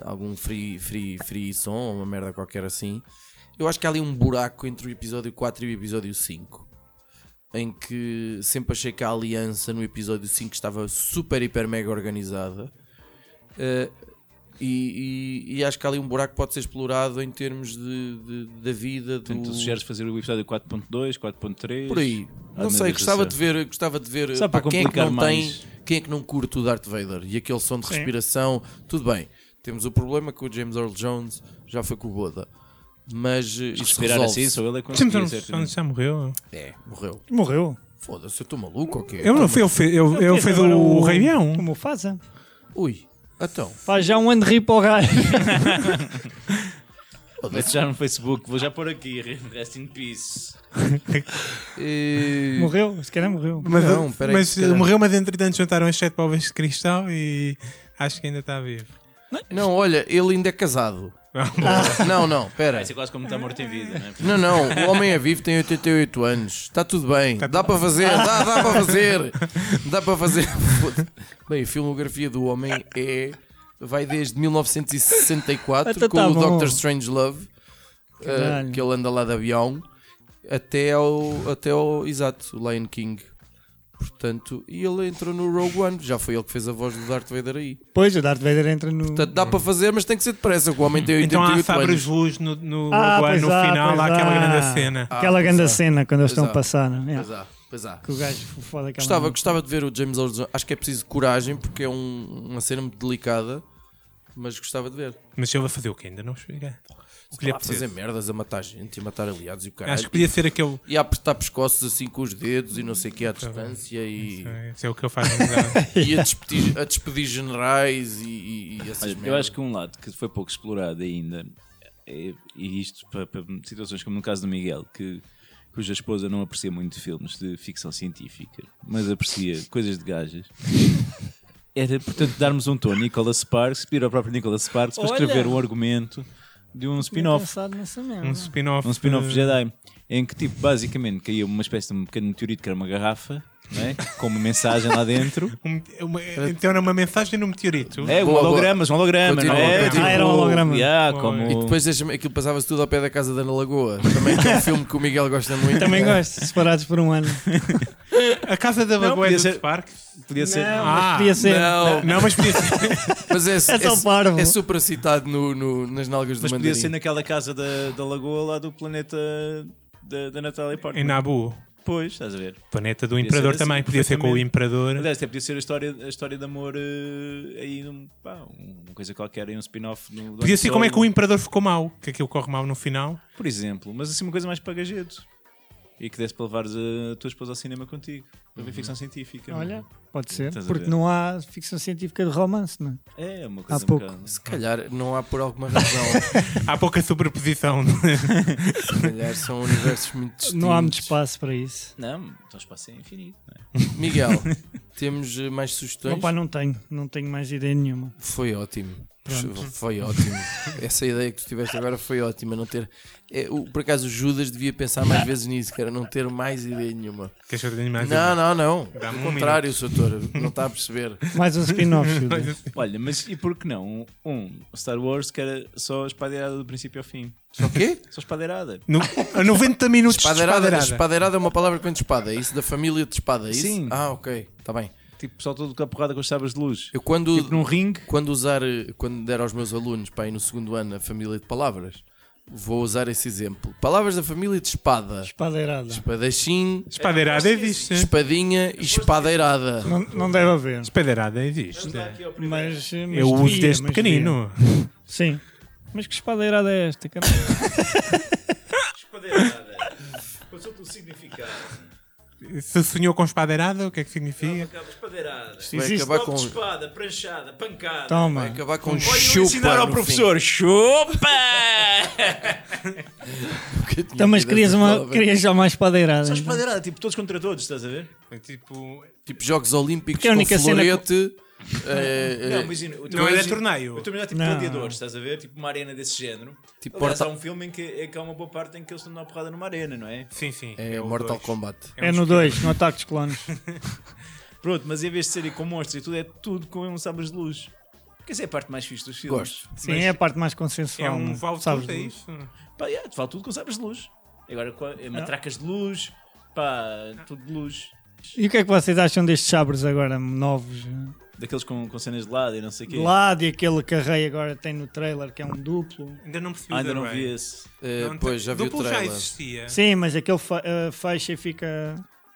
Speaker 2: algum free, free, free som, uma merda qualquer assim. Eu acho que há ali um buraco entre o episódio 4 e o episódio 5. Em que sempre achei que a aliança no episódio 5 estava super, hiper, mega organizada. Uh, e, e- e acho que há ali um buraco que pode ser explorado em termos de, de- da vida do.
Speaker 3: Portanto, tu sugeres fazer o episódio 4.2, 4.3.
Speaker 2: É Por aí.
Speaker 3: Ah,
Speaker 2: não
Speaker 3: meu
Speaker 2: sei,
Speaker 3: Deus do
Speaker 2: gostava
Speaker 3: céu.
Speaker 2: de ver, gostava de ver
Speaker 3: Só
Speaker 2: pá,
Speaker 3: para
Speaker 2: quem é que não
Speaker 3: complicar mais.
Speaker 2: tem, quem é que não curte o Darth Vader e aquele som de
Speaker 5: Sim.
Speaker 2: respiração, tudo bem. Temos o problema que o James Earl Jones já foi com o Boda. Mas eh, isso
Speaker 3: Respirar
Speaker 2: resolve
Speaker 3: assim, só ele é
Speaker 4: Sim,
Speaker 3: conseguir,
Speaker 4: mas
Speaker 3: certamente.
Speaker 4: já morreu.
Speaker 2: É, morreu.
Speaker 5: Morreu.
Speaker 2: Foda-se, eu estou maluco ou quê?
Speaker 4: Eu não fui, ele fez, ele, ele fez
Speaker 5: Agora
Speaker 4: o, Rei Leão.
Speaker 5: O Mufasa.
Speaker 2: Ui, então.
Speaker 5: Faz já um ano de rir para o gajo.
Speaker 3: Mete já no Facebook, vou já pôr aqui. Rest in peace.
Speaker 2: eh,
Speaker 5: Morreu, se calhar morreu.
Speaker 4: Mas,
Speaker 2: Não, peraí,
Speaker 4: mas
Speaker 2: se calhar.
Speaker 4: morreu, mas entretanto juntaram as sete bolas de cristal e acho que ainda está vivo.
Speaker 2: Não, olha, ele ainda é casado. não, não, pera.
Speaker 3: Vai ser quase como está morto em vida, não
Speaker 2: Não,
Speaker 3: é?
Speaker 2: não, o homem é vivo, tem 88 anos. Está tudo bem, dá para fazer, dá, dá para fazer, dá para fazer. Foda-se. Bem, a filmografia do homem é. vai desde 1964
Speaker 5: Então
Speaker 2: com
Speaker 5: tá
Speaker 2: o
Speaker 5: bom.
Speaker 2: Dr. Strange Love.
Speaker 5: Caralho.
Speaker 2: eh, que ele anda lá de avião, até ao, até ao exato, o Lion King. Portanto, e ele entrou no Rogue One, já foi ele que fez a voz do Darth Vader aí.
Speaker 5: Pois, o Darth Vader entra no.
Speaker 2: Portanto, dá para fazer, mas tem que ser depressa, que o homem tem
Speaker 4: Então há
Speaker 2: 88 anos.
Speaker 4: sabres-luz no, no,
Speaker 5: Ah,
Speaker 4: Rogue One,
Speaker 5: pois
Speaker 4: no
Speaker 5: há,
Speaker 4: final,
Speaker 5: pois
Speaker 4: há aquela
Speaker 5: há.
Speaker 4: grande cena.
Speaker 5: Aquela
Speaker 2: pois
Speaker 5: grande
Speaker 2: há.
Speaker 5: cena quando
Speaker 2: Pois
Speaker 5: eles estão
Speaker 2: há.
Speaker 5: a passar, não é?
Speaker 2: Pois há, pois há.
Speaker 5: Que o gajo foda aquela.
Speaker 2: Gostava, gostava de ver o James Earl Jones. Acho que é preciso coragem, porque é um- uma cena muito delicada, mas gostava de ver.
Speaker 4: Mas ele vai fazer o que ainda não chega. O que lhe
Speaker 2: Lá a fazer
Speaker 4: apetece.
Speaker 2: merdas, a matar gente, a matar aliados e o caralho.
Speaker 4: Acho que podia ser aquele.
Speaker 2: E a apertar pescoços assim com os dedos e não sei o que à distância e,
Speaker 4: Isso é o que um ele faz na verdade.
Speaker 2: e a, despedir, a despedir generais e, e, e essas
Speaker 3: Eu
Speaker 2: merdas.
Speaker 3: acho que um lado que foi pouco explorado ainda, é- e isto para, para situações como no caso do Miguel, que cuja esposa não aprecia muito filmes de ficção científica, mas aprecia coisas de gajas. Era, portanto, darmos um tom a Nicolas Sparks, pedir ao próprio Nicolas Sparks para escrever um argumento de um spin-off
Speaker 5: Pensado nessa merda.
Speaker 4: Um spin-off.
Speaker 3: um spin-off
Speaker 4: eh,
Speaker 3: Jedi, em que tipo, basicamente caía uma espécie de um pequeno meteorito que era uma garrafa, não é? com uma mensagem lá dentro.
Speaker 4: um- uma- então era uma mensagem no meteorito.
Speaker 3: É, um
Speaker 2: Boa, boa.
Speaker 3: hologramas, um holograma,
Speaker 2: Continua,
Speaker 3: não é?
Speaker 2: continua.
Speaker 5: Ah, era um holograma.
Speaker 3: Yeah,
Speaker 4: Boa.
Speaker 3: como...
Speaker 2: E depois deixa-me- aquilo passava-se tudo ao pé da casa da Ana Lagoa. Também que é um filme que o Miguel gosta muito.
Speaker 5: Também gosto, separados por um ano.
Speaker 4: A casa da
Speaker 3: Não,
Speaker 4: Bagoé
Speaker 3: podia
Speaker 4: do
Speaker 3: ser-
Speaker 4: Spark.
Speaker 3: Podia ser.
Speaker 5: Não,
Speaker 4: Ah,
Speaker 5: mas podia ser.
Speaker 2: Não,
Speaker 4: Não, mas podia ser.
Speaker 2: mas é,
Speaker 5: É só parvo.
Speaker 2: é super citado no, no- nas nalgas do
Speaker 3: Mas
Speaker 2: Mandarim.
Speaker 3: podia ser naquela casa da, da lagoa lá do planeta da, da Natália
Speaker 4: em
Speaker 3: Portman.
Speaker 4: Nabu.
Speaker 3: Pois, estás a ver.
Speaker 4: Planeta do
Speaker 3: Podia
Speaker 4: Imperador
Speaker 3: ser assim,
Speaker 4: também. Podia ser com o
Speaker 3: perfeitamente.
Speaker 4: Imperador.
Speaker 3: Aliás, até podia ser a história, a história de amor eh, aí, um, pá, uma coisa qualquer, aí um spin-off. no- do
Speaker 4: Podia ser como é que o
Speaker 3: episódio,
Speaker 4: Imperador ficou mau. Que aquilo corre mal no final.
Speaker 3: Por exemplo, mas assim uma coisa mais pagajedo. E que desse para levares a tua esposa ao cinema contigo. Para ver ficção científica.
Speaker 5: Olha, pode ser.
Speaker 3: Estás a
Speaker 5: Porque
Speaker 3: ver.
Speaker 5: não há ficção científica de romance, não é?
Speaker 3: É, uma coisa
Speaker 5: Há pouco.
Speaker 3: um bocado-
Speaker 2: Se calhar não há por alguma razão.
Speaker 4: Há pouca sobreposição. é?
Speaker 2: Se calhar são universos muito distintos.
Speaker 5: Não há muito espaço para isso.
Speaker 3: Não, então o espaço é infinito. não é?
Speaker 2: Miguel, temos eh, mais sugestões?
Speaker 5: Opa, não tenho, não tenho mais ideia nenhuma.
Speaker 2: Foi ótimo. Foi ótimo. Essa ideia que tu tiveste agora foi ótima. Não ter... é, o- por acaso o Judas devia pensar mais vezes nisso, que era não ter mais ideia nenhuma.
Speaker 4: Queres que eu tenha mais
Speaker 2: não, não, não.
Speaker 4: é- Dá-me
Speaker 2: Ao
Speaker 4: um
Speaker 2: contrário, Soutor. Não está a perceber.
Speaker 5: Mais um spin-off, Júlio.
Speaker 3: Olha, mas e por que não? Um, Star Wars que era só a espadeirada do princípio ao fim.
Speaker 2: Só o quê?
Speaker 3: Só espadeirada.
Speaker 4: No, a 90 minutos
Speaker 2: Espadeirada,
Speaker 4: de
Speaker 2: espadeirada.
Speaker 4: espadeirada.
Speaker 2: é uma palavra que vem de espada. É isso da família de espada, é isso?
Speaker 3: Sim.
Speaker 2: Ah, ok. Está bem.
Speaker 3: Tipo, pessoal todo com a porrada com as sabres de luz.
Speaker 2: Eu quando,
Speaker 3: Tipo num ringue.
Speaker 2: quando usar, eh, quando der aos meus alunos, para ir no segundo ano, a família de palavras, vou usar esse exemplo. Palavras da família de espada.
Speaker 5: Espadeirada.
Speaker 2: Espadachim,
Speaker 4: Espadeirada existe.
Speaker 2: espadinha e espadeirada.
Speaker 5: Não, não deve haver.
Speaker 4: Espadeirada existe.
Speaker 5: Mas, mas
Speaker 4: Eu uso
Speaker 5: devia,
Speaker 4: desde
Speaker 5: mas
Speaker 4: pequenino.
Speaker 5: devia. Sim. Mas que espadeirada é esta, cara?
Speaker 3: Espadeirada. Passou-te o significado.
Speaker 4: Se sonhou com espadeirada, o que é que significa?
Speaker 3: Acaba espadeirada.
Speaker 2: Vai
Speaker 5: Existe.
Speaker 2: acabar com,
Speaker 3: espada, pranchada, pancada.
Speaker 2: vai
Speaker 5: Toma.
Speaker 2: acabar com chupa. no fim. Eu
Speaker 3: Chupa!
Speaker 2: tinha
Speaker 5: Então, mas
Speaker 2: medo
Speaker 5: querias,
Speaker 2: dessa
Speaker 5: uma,
Speaker 2: palavra.
Speaker 5: querias já uma espadeirada.
Speaker 3: Só
Speaker 5: então?
Speaker 3: espadeirada, tipo todos contra todos, estás a ver?
Speaker 4: Tipo,
Speaker 2: Tipo Jogos Olímpicos
Speaker 5: Porque é a única
Speaker 2: com
Speaker 5: cena
Speaker 2: florete. eh, eh,
Speaker 3: Não, imagina. eu
Speaker 4: não
Speaker 3: estou a
Speaker 4: era
Speaker 3: dizer- Eu
Speaker 4: torneio.
Speaker 3: estou a imaginar tipo
Speaker 5: É, Não.
Speaker 3: gladiadores, estás a ver? Tipo uma arena desse género.
Speaker 2: Tipo
Speaker 3: Aliás,
Speaker 2: porta-
Speaker 3: há um filme em que, é que há uma boa parte em que eles estão na porrada numa arena, não é?
Speaker 4: Sim, sim.
Speaker 2: É
Speaker 4: o
Speaker 2: Mortal
Speaker 4: dois.
Speaker 2: Kombat.
Speaker 5: É no 2, no Ataque dos Clones.
Speaker 3: Pronto, mas em vez de serem com monstros e tudo, é tudo com um sabres de luz. Porque essa é a parte mais fixe dos filmes.
Speaker 2: Gosto.
Speaker 5: Sim, é a parte mais consensual.
Speaker 4: É um
Speaker 5: não
Speaker 4: valve
Speaker 5: Sabes,
Speaker 4: tudo, é
Speaker 5: Lu?
Speaker 4: isso.
Speaker 3: Pá, yeah, te vale tudo com sabres de luz. Agora, com a- é matracas de luz, pá, tudo de luz.
Speaker 5: E o que é que vocês acham destes sabres agora novos? eh?
Speaker 3: Daqueles com, com cenas de lado e não sei o quê.
Speaker 5: De lado e aquele que a Rei agora tem no trailer, que é um duplo.
Speaker 4: Ainda não percebi.
Speaker 3: Ah, ainda
Speaker 4: da
Speaker 3: não
Speaker 4: Ray.
Speaker 3: vi esse.
Speaker 2: Eh,
Speaker 4: Não,
Speaker 2: pois, já vi o
Speaker 4: Duplo já
Speaker 2: trailer.
Speaker 4: existia.
Speaker 5: Sim, mas aquele fe- eh, fecha e fica.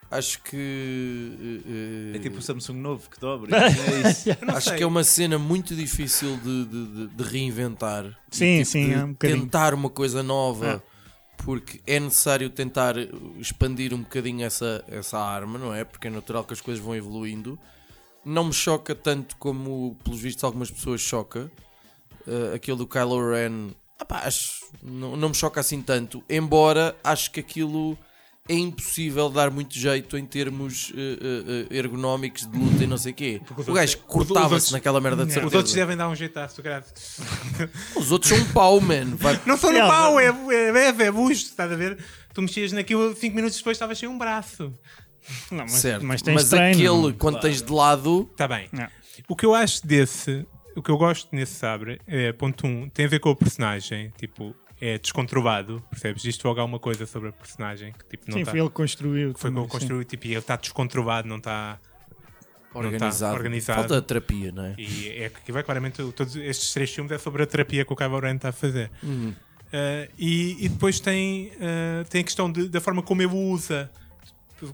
Speaker 2: Acho que. eh, eh,
Speaker 3: É tipo o Samsung novo que dobra. É isso.
Speaker 4: Eu não
Speaker 2: Acho
Speaker 4: sei.
Speaker 2: que é uma cena muito difícil de, de- de- de reinventar.
Speaker 5: Sim,
Speaker 2: Tipo,
Speaker 5: sim,
Speaker 2: de
Speaker 5: é um bocadinho.
Speaker 2: tentar uma coisa nova. Porque é necessário tentar expandir um bocadinho essa, essa arma, não é? Porque é natural que as coisas vão evoluindo. Não me choca tanto como, pelos vistos, algumas pessoas choca. Eh, aquele do Kylo Ren, ah pá, acho- não, não me choca assim tanto. Embora acho que aquilo é impossível dar muito jeito em termos eh, eh, eh, ergonómicos de luta e não sei o quê.
Speaker 4: os
Speaker 2: O gajo
Speaker 4: outros-
Speaker 2: cortava-se naquela merda de
Speaker 4: Os
Speaker 2: certeza.
Speaker 4: outros devem dar um jeitaço, caralho.
Speaker 2: Os outros são um pau, man. Vai-
Speaker 4: Não sou no
Speaker 5: Elsa.
Speaker 4: pau, é, é, é, é busto, estás a ver? Tu mexias naquilo 5 minutos depois estavas sem um braço.
Speaker 5: Não, mas,
Speaker 2: certo.
Speaker 5: mas
Speaker 2: Mas,
Speaker 5: tens treino.
Speaker 2: aquele, quando tens de lado,
Speaker 4: Está Tá bem.
Speaker 5: Não.
Speaker 4: O que eu é, acho desse, o que eu gosto nesse sabre, é, ponto 1, um, tem a ver com o personagem. Tipo, é descontrolado, percebes? Diz logo alguma coisa sobre a personagem que tipo, não
Speaker 5: Sim,
Speaker 4: tá-
Speaker 5: foi ele que construiu.
Speaker 4: foi
Speaker 5: também,
Speaker 4: como construiu, tipo, e ele está descontrolado, não tá está.
Speaker 2: Organizado.
Speaker 4: tá organizado.
Speaker 2: Falta terapia, não é?
Speaker 4: E é que vai claramente. Todos estes três filmes é sobre a terapia que o Kylo Ren está a fazer. Ah, e, e depois tem, ah, tem a questão de- da forma como ele usa.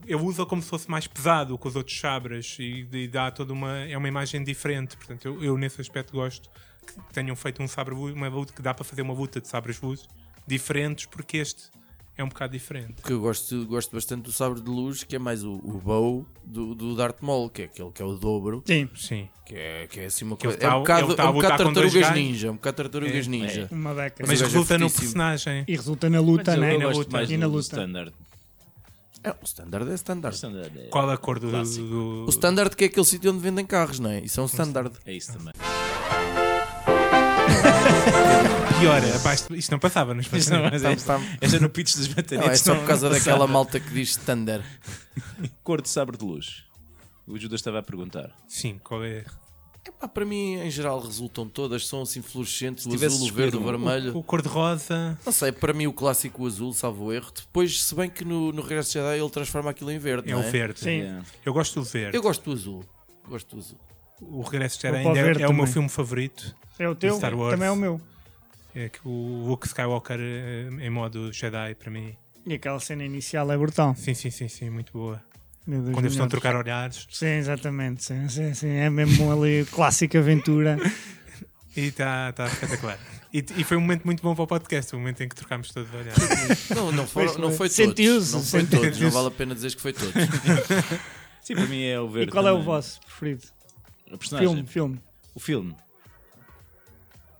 Speaker 4: Ele usa como se fosse mais pesado que os outros sabres e, e dá toda uma. É uma imagem diferente. Portanto, eu, eu nesse aspecto gosto que tenham feito um sabre luz, uma luta que dá para fazer uma luta de sabres luz diferentes, porque este é um bocado diferente.
Speaker 2: Que eu gosto, gosto bastante do sabre de luz, que é mais o, o bow do, do Darth Maul, que é aquele que é o dobro,
Speaker 5: Sim,
Speaker 4: Sim.
Speaker 2: que é, que é assim uma
Speaker 4: Que ele
Speaker 2: coisa.
Speaker 4: tá-
Speaker 2: é um bocado,
Speaker 4: ele tá
Speaker 2: é
Speaker 4: a
Speaker 2: um bocado
Speaker 4: lutar com dois
Speaker 2: tartarugas
Speaker 4: gajos.
Speaker 2: ninja, é um bocado tartarugas ninja.
Speaker 5: uma beca.
Speaker 4: Mas
Speaker 2: o gajo é
Speaker 4: resulta no
Speaker 2: fortíssimo.
Speaker 4: personagem.
Speaker 5: e resulta na luta,
Speaker 3: Mas eu,
Speaker 5: né?
Speaker 3: eu gosto mais
Speaker 5: e
Speaker 3: do,
Speaker 5: na
Speaker 3: do
Speaker 5: luta.
Speaker 3: standard.
Speaker 2: É, o standard é standard.
Speaker 3: Standard é,
Speaker 4: Qual a cor do.
Speaker 3: Clássico.
Speaker 4: do-
Speaker 2: O standard que é aquele sítio onde vendem carros, não é? Isso é um standard.
Speaker 3: é isso também.
Speaker 4: Pior, abaixo, isto não passava nos
Speaker 3: Isto não,
Speaker 4: passava.
Speaker 3: mas é, esta no pitch das
Speaker 2: Não, é
Speaker 3: batalhetas.
Speaker 2: só
Speaker 3: não-
Speaker 2: por causa
Speaker 3: não
Speaker 2: daquela
Speaker 3: sabe.
Speaker 2: malta que diz standard.
Speaker 3: Cor de sabre de luz. O Judas estava a perguntar.
Speaker 4: Sim, qual é?
Speaker 2: Epá, para mim, em geral, resultam todas, são assim fluorescentes, o
Speaker 3: tivesse
Speaker 2: azul, o verde,
Speaker 3: escolhido
Speaker 2: o
Speaker 3: um,
Speaker 2: vermelho.
Speaker 4: O cor-de-rosa.
Speaker 2: Não sei, para mim o clássico azul, salvo erro. Depois, se bem que no, no Regresso de Jedi ele transforma aquilo em verde,
Speaker 4: É
Speaker 2: não
Speaker 4: o
Speaker 2: é?
Speaker 4: verde.
Speaker 5: Sim.
Speaker 3: Yeah.
Speaker 4: Eu gosto do verde.
Speaker 2: Eu gosto do azul. Gosto do azul.
Speaker 4: O Regresso de
Speaker 5: Eu
Speaker 4: Jedi
Speaker 5: para o
Speaker 4: ainda é,
Speaker 5: verde
Speaker 4: é o meu
Speaker 5: também.
Speaker 4: filme favorito.
Speaker 5: É o teu,
Speaker 4: Star Wars.
Speaker 5: também é o meu.
Speaker 4: É que o Luke Skywalker eh, em modo Jedi, para mim.
Speaker 5: E aquela cena inicial é brutal.
Speaker 4: Sim, sim, sim, sim, muito boa.
Speaker 5: Meu Deus
Speaker 4: Quando eles estão a
Speaker 5: milhares.
Speaker 4: trocar olhares.
Speaker 5: Sim, exatamente. Sim, sim, sim. É mesmo ali clássica aventura.
Speaker 4: E está tá espetacular. e, e foi um momento muito bom para o podcast, o momento em que trocámos todos os olhares.
Speaker 2: Não, não, foram, não foi todos.
Speaker 5: Sentiu-se,
Speaker 2: Não foi
Speaker 5: sentiu-se.
Speaker 2: todos. Não vale a pena dizer que foi todos.
Speaker 3: Sim, para mim é o
Speaker 5: E
Speaker 3: verde.
Speaker 5: qual é o
Speaker 3: também.
Speaker 5: vosso preferido?
Speaker 3: A personagem.
Speaker 5: Filme, filme.
Speaker 3: O filme.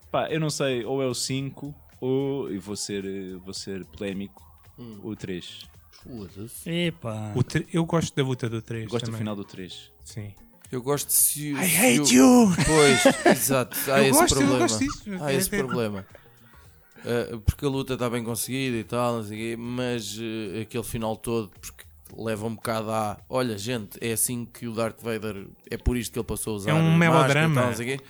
Speaker 3: Pá, eu não sei, ou é o 5, ou, e vou ser, eh, vou ser polémico,
Speaker 2: Hum.
Speaker 3: o 3.
Speaker 2: Foda-se.
Speaker 5: Epá.
Speaker 4: O tre- eu gosto da luta do 3.
Speaker 3: Eu gosto do
Speaker 4: também.
Speaker 3: final do 3.
Speaker 4: Sim.
Speaker 2: Eu gosto se.
Speaker 4: I hate
Speaker 2: you!
Speaker 4: you!
Speaker 2: Pois, exato. Há
Speaker 4: Eu
Speaker 2: esse
Speaker 4: gosto, eu
Speaker 2: problema.
Speaker 4: gosto disso.
Speaker 2: Há esse problema. Ah, porque a luta está bem conseguida e tal, não sei quê, mas ah, aquele final todo, porque leva um bocado a. Olha, gente, é assim que o Darth Vader. É por isto que ele passou a usar.
Speaker 4: É um
Speaker 2: máscara e tal,
Speaker 4: melodrama.
Speaker 2: não sei quê.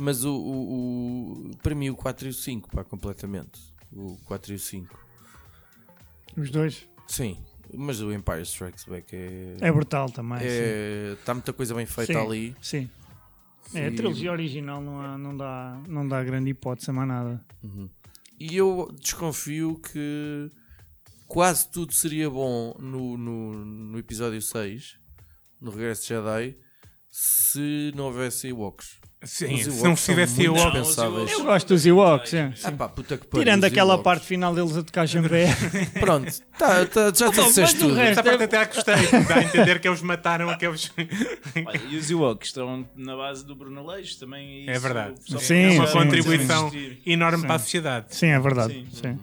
Speaker 2: Mas o, o, o- Para mim, o 4 e o 5, pá, completamente. O 4 e o 5.
Speaker 5: Os dois.
Speaker 2: Sim, mas o Empire Strikes Back é.
Speaker 5: É brutal também. sim.
Speaker 2: Está muita coisa bem feita
Speaker 5: Sim.
Speaker 2: ali.
Speaker 5: Sim. É, a
Speaker 2: Sim.
Speaker 5: trilogia original não, há- não, dá, não dá grande hipótese a mais nada.
Speaker 2: E eu desconfio que quase tudo seria bom no, no, no episódio 6, no Regresso de Jedi, se não houvesse Ewoks.
Speaker 4: Sim,
Speaker 2: Os
Speaker 4: se
Speaker 2: Ewoks
Speaker 4: não
Speaker 2: são
Speaker 4: tivesse
Speaker 2: muito
Speaker 4: eu.
Speaker 2: dispensáveis.
Speaker 5: Eu gosto dos Ewoks, é.
Speaker 2: Ah pá, puta que pariu,
Speaker 5: Tirando
Speaker 2: os
Speaker 5: aquela
Speaker 2: Ewoks.
Speaker 5: parte final deles a tocar chambré.
Speaker 2: Pronto, tá, tá, já te disseste
Speaker 5: mas o
Speaker 2: tudo.
Speaker 5: resto-
Speaker 4: Essa parte até a gostei, dá a entender que eles mataram aqueles.
Speaker 3: Olha, e os Ewoks estão na base do Bruno Leixo também. e
Speaker 4: É
Speaker 3: isso
Speaker 4: verdade.
Speaker 3: só-
Speaker 5: Sim,
Speaker 4: é uma
Speaker 5: sim,
Speaker 4: contribuição
Speaker 3: sim.
Speaker 4: enorme
Speaker 5: Sim.
Speaker 4: para a sociedade.
Speaker 5: Sim, é verdade.
Speaker 3: Sim.
Speaker 5: sim.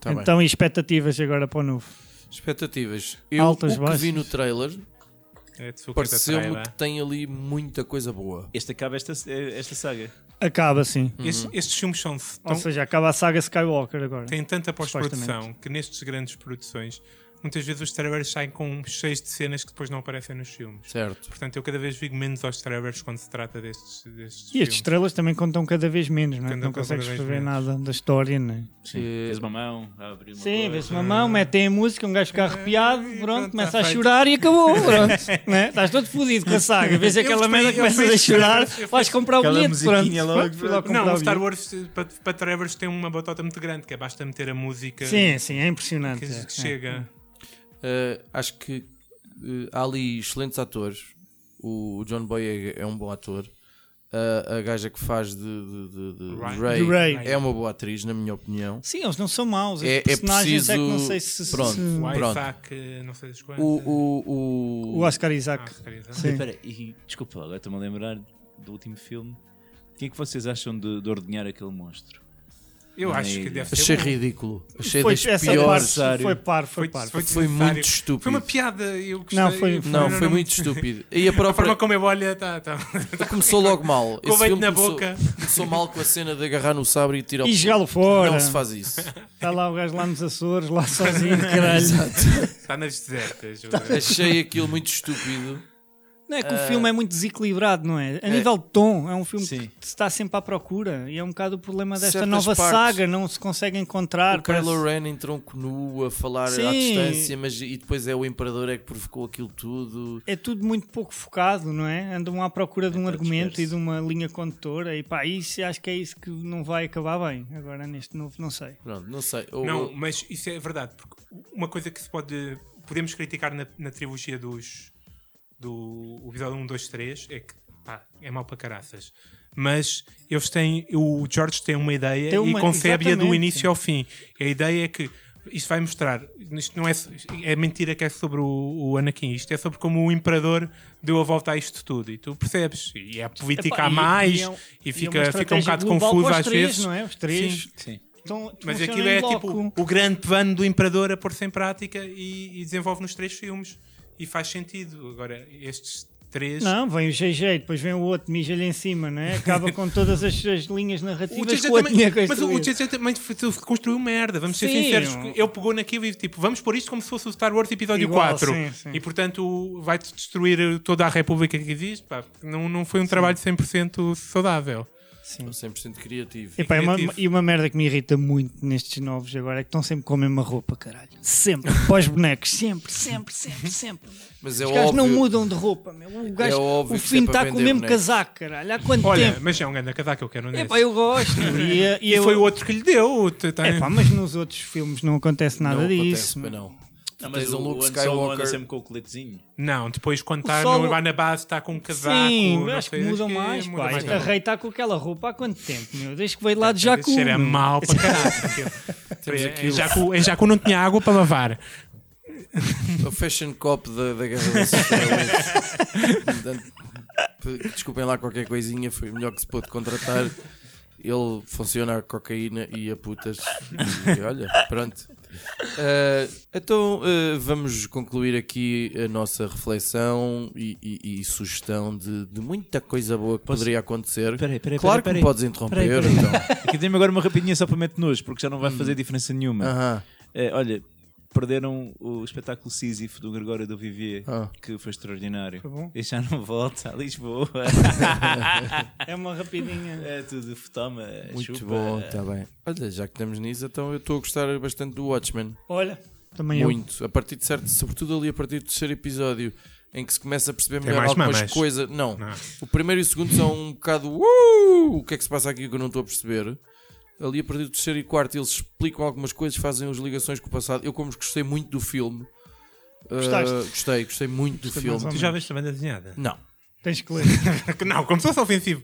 Speaker 2: Tá bem.
Speaker 5: então, e expectativas agora para o novo?
Speaker 2: Expectativas. Eu, o
Speaker 5: Altas,
Speaker 2: que
Speaker 5: baixas.
Speaker 2: vi no trailer
Speaker 4: É de Tsukuta
Speaker 2: pareceu-me
Speaker 4: Taira.
Speaker 2: que tem ali muita coisa boa.
Speaker 3: Este acaba esta, esta saga.
Speaker 5: Acaba assim.
Speaker 4: Uhum. Estes, estes filmes são tão,
Speaker 5: Ou seja, acaba a saga Skywalker agora.
Speaker 4: têm tanta pós-produção
Speaker 5: supostamente.
Speaker 4: que nestes grandes produções muitas vezes os trailers saem com cheios de cenas que depois não aparecem nos filmes.
Speaker 2: Certo.
Speaker 4: Portanto, eu cada vez digo menos aos trailers quando se trata destes, destes
Speaker 5: E as
Speaker 4: filmes.
Speaker 5: estrelas também contam cada vez menos, não é?
Speaker 4: Contam
Speaker 5: Não
Speaker 4: cada
Speaker 5: consegues
Speaker 4: vez
Speaker 5: escrever
Speaker 4: menos.
Speaker 5: nada da história, não é?
Speaker 3: Sim. Vês uma mão, a abrir uma
Speaker 5: Sim,
Speaker 3: coisa.
Speaker 5: vê-se uma mão, metem a música, um gajo fica arrepiado, pronto,
Speaker 4: pronto,
Speaker 5: começa
Speaker 4: tá
Speaker 5: a
Speaker 4: feito.
Speaker 5: chorar e acabou, pronto. né? Estás todo fodido com a saga, vês aquela
Speaker 4: gostei,
Speaker 5: merda,
Speaker 4: eu
Speaker 5: começas a
Speaker 4: fiz-
Speaker 5: chorar,
Speaker 4: eu fiz-
Speaker 5: vais comprar o
Speaker 3: Aquela
Speaker 5: bilhete, pronto.
Speaker 3: musiquinha logo,
Speaker 5: Fui lá comprar
Speaker 4: Não,
Speaker 5: o
Speaker 4: o Star
Speaker 5: bilhete.
Speaker 4: Wars eh, para, para trailers tem uma batota muito grande, que é basta meter a música
Speaker 5: Sim, sim, é impressionante.
Speaker 4: que,
Speaker 5: é,
Speaker 4: que chega.
Speaker 2: Uh, acho que uh, há ali excelentes atores. O, o John Boyega é um bom ator. Uh, a gaja que faz de, de- de- de
Speaker 4: Ray.
Speaker 2: Ray,
Speaker 5: De Ray.
Speaker 2: é uma boa atriz, na minha opinião.
Speaker 5: Sim, eles não são maus, os
Speaker 2: É- é
Speaker 5: personagens é, que não
Speaker 2: preciso-
Speaker 5: sei se... se-
Speaker 2: pronto.
Speaker 5: se-
Speaker 4: O
Speaker 2: Pronto.
Speaker 4: Isaac, eh, não sei das quantas.
Speaker 2: O, o,
Speaker 5: O
Speaker 2: o...
Speaker 5: Oscar
Speaker 4: Ah,
Speaker 5: Isaac.
Speaker 4: Oscar Isaac.
Speaker 5: Sim.
Speaker 3: Espera, e desculpa, agora estou-me a lembrar do último filme. O que é que vocês acham de, de ordenhar aquele monstro?
Speaker 4: Eu
Speaker 3: Na
Speaker 4: acho que
Speaker 3: ilha.
Speaker 4: deve ser. um-
Speaker 2: achei
Speaker 4: bom.
Speaker 2: ridículo. Achei
Speaker 5: Foi,
Speaker 2: das
Speaker 5: essa
Speaker 2: piores.
Speaker 5: parte foi par, foi
Speaker 4: Foi,
Speaker 5: par.
Speaker 4: foi
Speaker 2: Foi muito
Speaker 4: desnecessário.
Speaker 2: estúpido.
Speaker 4: Foi uma piada. Eu gostei.
Speaker 5: Não, foi-
Speaker 2: Não, foi muito estúpido. E a
Speaker 4: A
Speaker 2: própria
Speaker 4: forma como eu olho, tá, tá.
Speaker 2: começou logo mal.
Speaker 4: Com o leite
Speaker 2: filme
Speaker 4: na
Speaker 2: começou,
Speaker 4: boca.
Speaker 2: começou mal com a cena de agarrar no sabre e tirar o
Speaker 5: E jogá-lo
Speaker 2: Não
Speaker 5: fora.
Speaker 2: se faz isso.
Speaker 5: Está Tá lá o gajo lá nos Açores, lá sozinho, caralho. Tá.
Speaker 4: Está Tá nas desertas.
Speaker 2: Achei aquilo muito estúpido.
Speaker 5: Não é que
Speaker 2: Ah.
Speaker 5: o filme é muito desequilibrado, não é? A
Speaker 2: É.
Speaker 5: nível de tom, é um filme
Speaker 3: Sim.
Speaker 5: que se está sempre à procura e é um bocado o problema desta
Speaker 2: Certas
Speaker 5: nova
Speaker 2: partes.
Speaker 5: saga, não se consegue encontrar.
Speaker 2: O Kylo
Speaker 5: parece-
Speaker 2: Ren em tronco nu a falar à
Speaker 5: Sim.
Speaker 2: distância, mas e depois é o Imperador é que provocou aquilo tudo.
Speaker 5: É tudo muito pouco focado, não é? Andam à procura de um
Speaker 3: tá
Speaker 5: argumento e de
Speaker 3: disperso.
Speaker 5: uma linha condutora e pá, isso acho que é isso que não vai acabar bem. Agora neste novo, não sei.
Speaker 2: Pronto, não sei. Ou-
Speaker 4: Não,
Speaker 2: ou-
Speaker 4: mas isso é verdade. Porque uma coisa que se pode. Podemos criticar na, na trilogia dos. do episódio 1, 2, 3 é que. pá, é mau para caraças. Mas eles têm. O George tem uma ideia
Speaker 5: Tem uma-
Speaker 4: e concebe-a do
Speaker 5: exatamente.
Speaker 4: início ao fim. E a ideia é que. Isto vai mostrar. Isto não é. É mentira que é sobre o, o Anakin. Isto é sobre como o Imperador deu a volta a isto tudo. E tu percebes. E é política
Speaker 5: Epá,
Speaker 4: a
Speaker 5: e-
Speaker 4: mais.
Speaker 5: e
Speaker 4: E,
Speaker 5: é um- e é
Speaker 4: fica,
Speaker 5: uma
Speaker 4: fica um
Speaker 5: estratégia
Speaker 4: bocado
Speaker 5: global
Speaker 4: confuso
Speaker 5: para os
Speaker 4: às
Speaker 5: três,
Speaker 4: vezes.
Speaker 5: não é? Os três.
Speaker 4: Sim.
Speaker 3: Sim.
Speaker 5: Então,
Speaker 4: Mas
Speaker 5: funcionam
Speaker 4: aquilo
Speaker 5: em
Speaker 4: é
Speaker 5: bloco.
Speaker 4: tipo o grande plano do Imperador a pôr-se em prática e, e desenvolve nos três filmes. E faz sentido. Agora, estes três.
Speaker 5: Não, vem o GG, depois vem o outro, mija-lhe em cima, não é? Acaba com todas as, as linhas
Speaker 4: O
Speaker 5: narrativas
Speaker 4: JJ
Speaker 5: que o outro tinha
Speaker 4: mas o
Speaker 5: construído.
Speaker 4: JJ também f- construiu merda, vamos ser
Speaker 5: Sim.
Speaker 4: sinceros. Ele pegou naquilo e tipo, vamos pôr isto como se fosse o Star Wars Episódio
Speaker 5: Igual,
Speaker 4: 4.
Speaker 5: sim, sim.
Speaker 4: E portanto vai destruir toda a República que existe. Pá, não, não foi um trabalho 100% saudável.
Speaker 5: Sim.
Speaker 2: 100% criativo.
Speaker 5: Epá, e, uma,
Speaker 4: criativo.
Speaker 5: e uma merda que me irrita muito nestes novos agora é que estão sempre com a mesma roupa, caralho. Sempre, pós bonecos, sempre, sempre, sempre, sempre.
Speaker 2: Mas é
Speaker 5: Os gajos
Speaker 2: óbvio.
Speaker 5: não mudam de roupa, meu. O,
Speaker 2: É
Speaker 5: gajo,
Speaker 2: óbvio
Speaker 5: o
Speaker 2: que
Speaker 5: fim
Speaker 2: sempre a
Speaker 5: está com o
Speaker 2: vender
Speaker 5: mesmo
Speaker 2: bonecos.
Speaker 5: casaco, caralho. Há quanto
Speaker 4: Olha,
Speaker 5: tempo?
Speaker 4: mas é um grande casaco que eu quero nesse.
Speaker 5: Epá, eu É, gosto. e, e
Speaker 4: E
Speaker 5: eu...
Speaker 4: foi o outro que lhe deu. t- tá-
Speaker 5: Epá, mas nos outros filmes não acontece nada
Speaker 2: não Acontece,
Speaker 5: disso. meu.
Speaker 2: mas não.
Speaker 3: Não,
Speaker 2: Tens um Luke
Speaker 3: Han Solo anda
Speaker 2: Skywalker.
Speaker 3: sempre com o coletezinho.
Speaker 4: Não, depois quando está
Speaker 5: Solo-
Speaker 4: no- lá na base está com um casaco.
Speaker 5: Sim,
Speaker 4: não
Speaker 5: acho que
Speaker 4: sei,
Speaker 5: mudam
Speaker 4: é-
Speaker 5: mais,
Speaker 4: muda
Speaker 5: pá.
Speaker 4: mais
Speaker 5: Esta
Speaker 4: nada.
Speaker 5: rei está com aquela roupa há quanto tempo, meu? Desde que veio lá de
Speaker 4: Esse
Speaker 5: Jakku.
Speaker 4: cheiro é
Speaker 5: meu.
Speaker 4: mau para caralho. em, Jacu, em Jacu não tinha água para lavar.
Speaker 2: O fashion cop da, da guerra das estrelas. Portanto, pe- Desculpem lá qualquer coisinha, foi o melhor que se pôde contratar. Ele funciona a cocaína e a putas. E olha, pronto. Ah, então ah, vamos concluir aqui a nossa reflexão e, e- e sugestão de, de muita coisa boa que poderia acontecer.
Speaker 3: Peraí, peraí,
Speaker 2: claro que
Speaker 3: peraí,
Speaker 2: me
Speaker 3: peraí.
Speaker 2: podes interromper.
Speaker 3: Peraí, peraí.
Speaker 2: Então.
Speaker 3: Aqui tem agora uma rapidinha só para meter nojo, porque já não vai
Speaker 2: Hum.
Speaker 3: fazer diferença nenhuma.
Speaker 2: Aham.
Speaker 3: É, olha, perderam o espetáculo Sísifo do Gregório do Vivier,
Speaker 2: Ah.
Speaker 3: que foi extraordinário.
Speaker 5: Foi bom.
Speaker 3: E já não volta a Lisboa.
Speaker 5: É uma rapidinha.
Speaker 3: é tudo, toma, é
Speaker 2: Muito
Speaker 3: chupa.
Speaker 2: bom, está bem. Olha, já que estamos nisso, então eu estou a gostar bastante do Watchmen.
Speaker 5: Olha, também eu.
Speaker 2: Muito. A partir de certo, sobretudo ali a partir do terceiro episódio, em que se começa a perceber melhor
Speaker 4: mais
Speaker 2: algumas
Speaker 4: mamas.
Speaker 2: coisas. Não.
Speaker 4: Não.
Speaker 2: O primeiro e o segundo são um bocado. "Uh, o que é que se passa aqui que eu não estou a perceber? Ali a partir do terceiro e quarto eles explicam algumas coisas, fazem as ligações com o passado. Eu, como gostei muito do filme, uh,
Speaker 5: Gostaste?
Speaker 2: gostei, gostei muito do
Speaker 5: Gostei mais
Speaker 2: filme.
Speaker 5: ou
Speaker 4: Tu já viste a banda desenhada?
Speaker 2: Não,
Speaker 5: Tens que ler.
Speaker 4: Não, como se fosse ofensivo.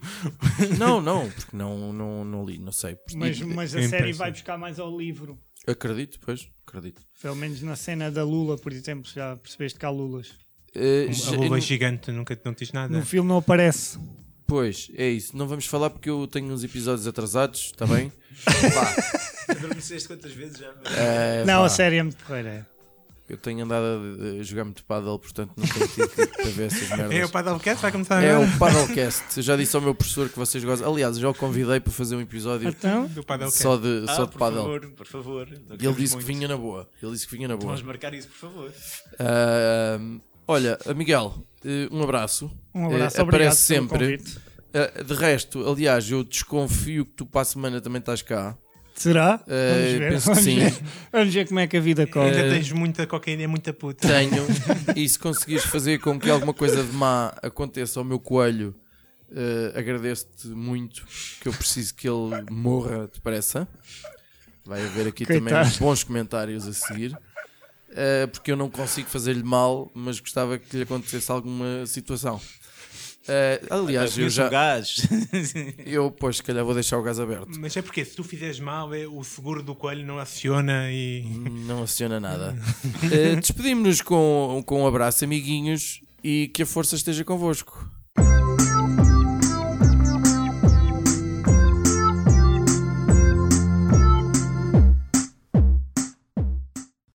Speaker 2: não, não, porque não, não, não li, não sei.
Speaker 5: Mas, mas a
Speaker 4: É
Speaker 5: série
Speaker 4: impressionante.
Speaker 5: vai buscar mais ao livro.
Speaker 2: Acredito, pois, acredito.
Speaker 5: Pelo menos na cena da Lula, por exemplo, já percebeste que há Lulas.
Speaker 2: Uh,
Speaker 4: A
Speaker 2: já-
Speaker 4: lula gigante nunca não diz nada. É
Speaker 5: No filme não aparece.
Speaker 2: Pois, é isso. Não vamos falar porque eu tenho uns episódios atrasados, está bem?
Speaker 3: Adormeceste quantas vezes já?
Speaker 2: Eh,
Speaker 5: não,
Speaker 2: vá.
Speaker 5: a série é muito porreira.
Speaker 2: Eu tenho andado a, a jogar muito paddle, portanto não tenho tido tempo para ver essas merdas.
Speaker 4: É o Padal Cat, vai começar
Speaker 2: É
Speaker 4: agora?
Speaker 2: o Paddlecast. Eu já disse ao meu professor que vocês gostam. Aliás, eu já o convidei para fazer um episódio
Speaker 5: Então,
Speaker 4: Do Padal Cat.
Speaker 2: só de, só de
Speaker 3: Ah, por
Speaker 2: paddle.
Speaker 3: favor, por favor.
Speaker 2: E ele disse que vinha na boa. Ele disse que vinha na boa.
Speaker 3: Vamos marcar isso, por favor.
Speaker 2: Ahm, olha, Miguel, eh, um abraço.
Speaker 5: um abraço.
Speaker 2: Eh,
Speaker 5: obrigado
Speaker 2: aparece
Speaker 5: pelo
Speaker 2: sempre.
Speaker 5: convite.
Speaker 2: Eh, de resto, aliás, eu desconfio que tu para a semana também estás cá.
Speaker 5: Será?
Speaker 2: Eh,
Speaker 5: Vamos ver.
Speaker 2: penso que
Speaker 5: Vamos
Speaker 2: sim.
Speaker 5: ver. Vamos ver como é que a vida corre.
Speaker 4: Ainda tens muita cocaína, e muita puta.
Speaker 2: Tenho. E se conseguires fazer com que alguma coisa de má aconteça ao meu coelho, eh, agradeço-te muito que eu preciso que ele morra depressa. Vai haver aqui também
Speaker 5: Coitado.
Speaker 2: uns bons comentários a seguir. Eh, porque eu não consigo fazer-lhe mal, mas gostava que lhe acontecesse alguma situação. Eh, aliás, eu
Speaker 3: Conheço um
Speaker 2: já.
Speaker 3: gajo.
Speaker 2: Eu, pois, se calhar vou deixar o gás aberto.
Speaker 4: Mas é porque se tu fizeres mal, é, o seguro do coelho não aciona e.
Speaker 2: Não aciona nada. Eh, Despedimos-nos com, com um abraço, amiguinhos, e que a força esteja convosco.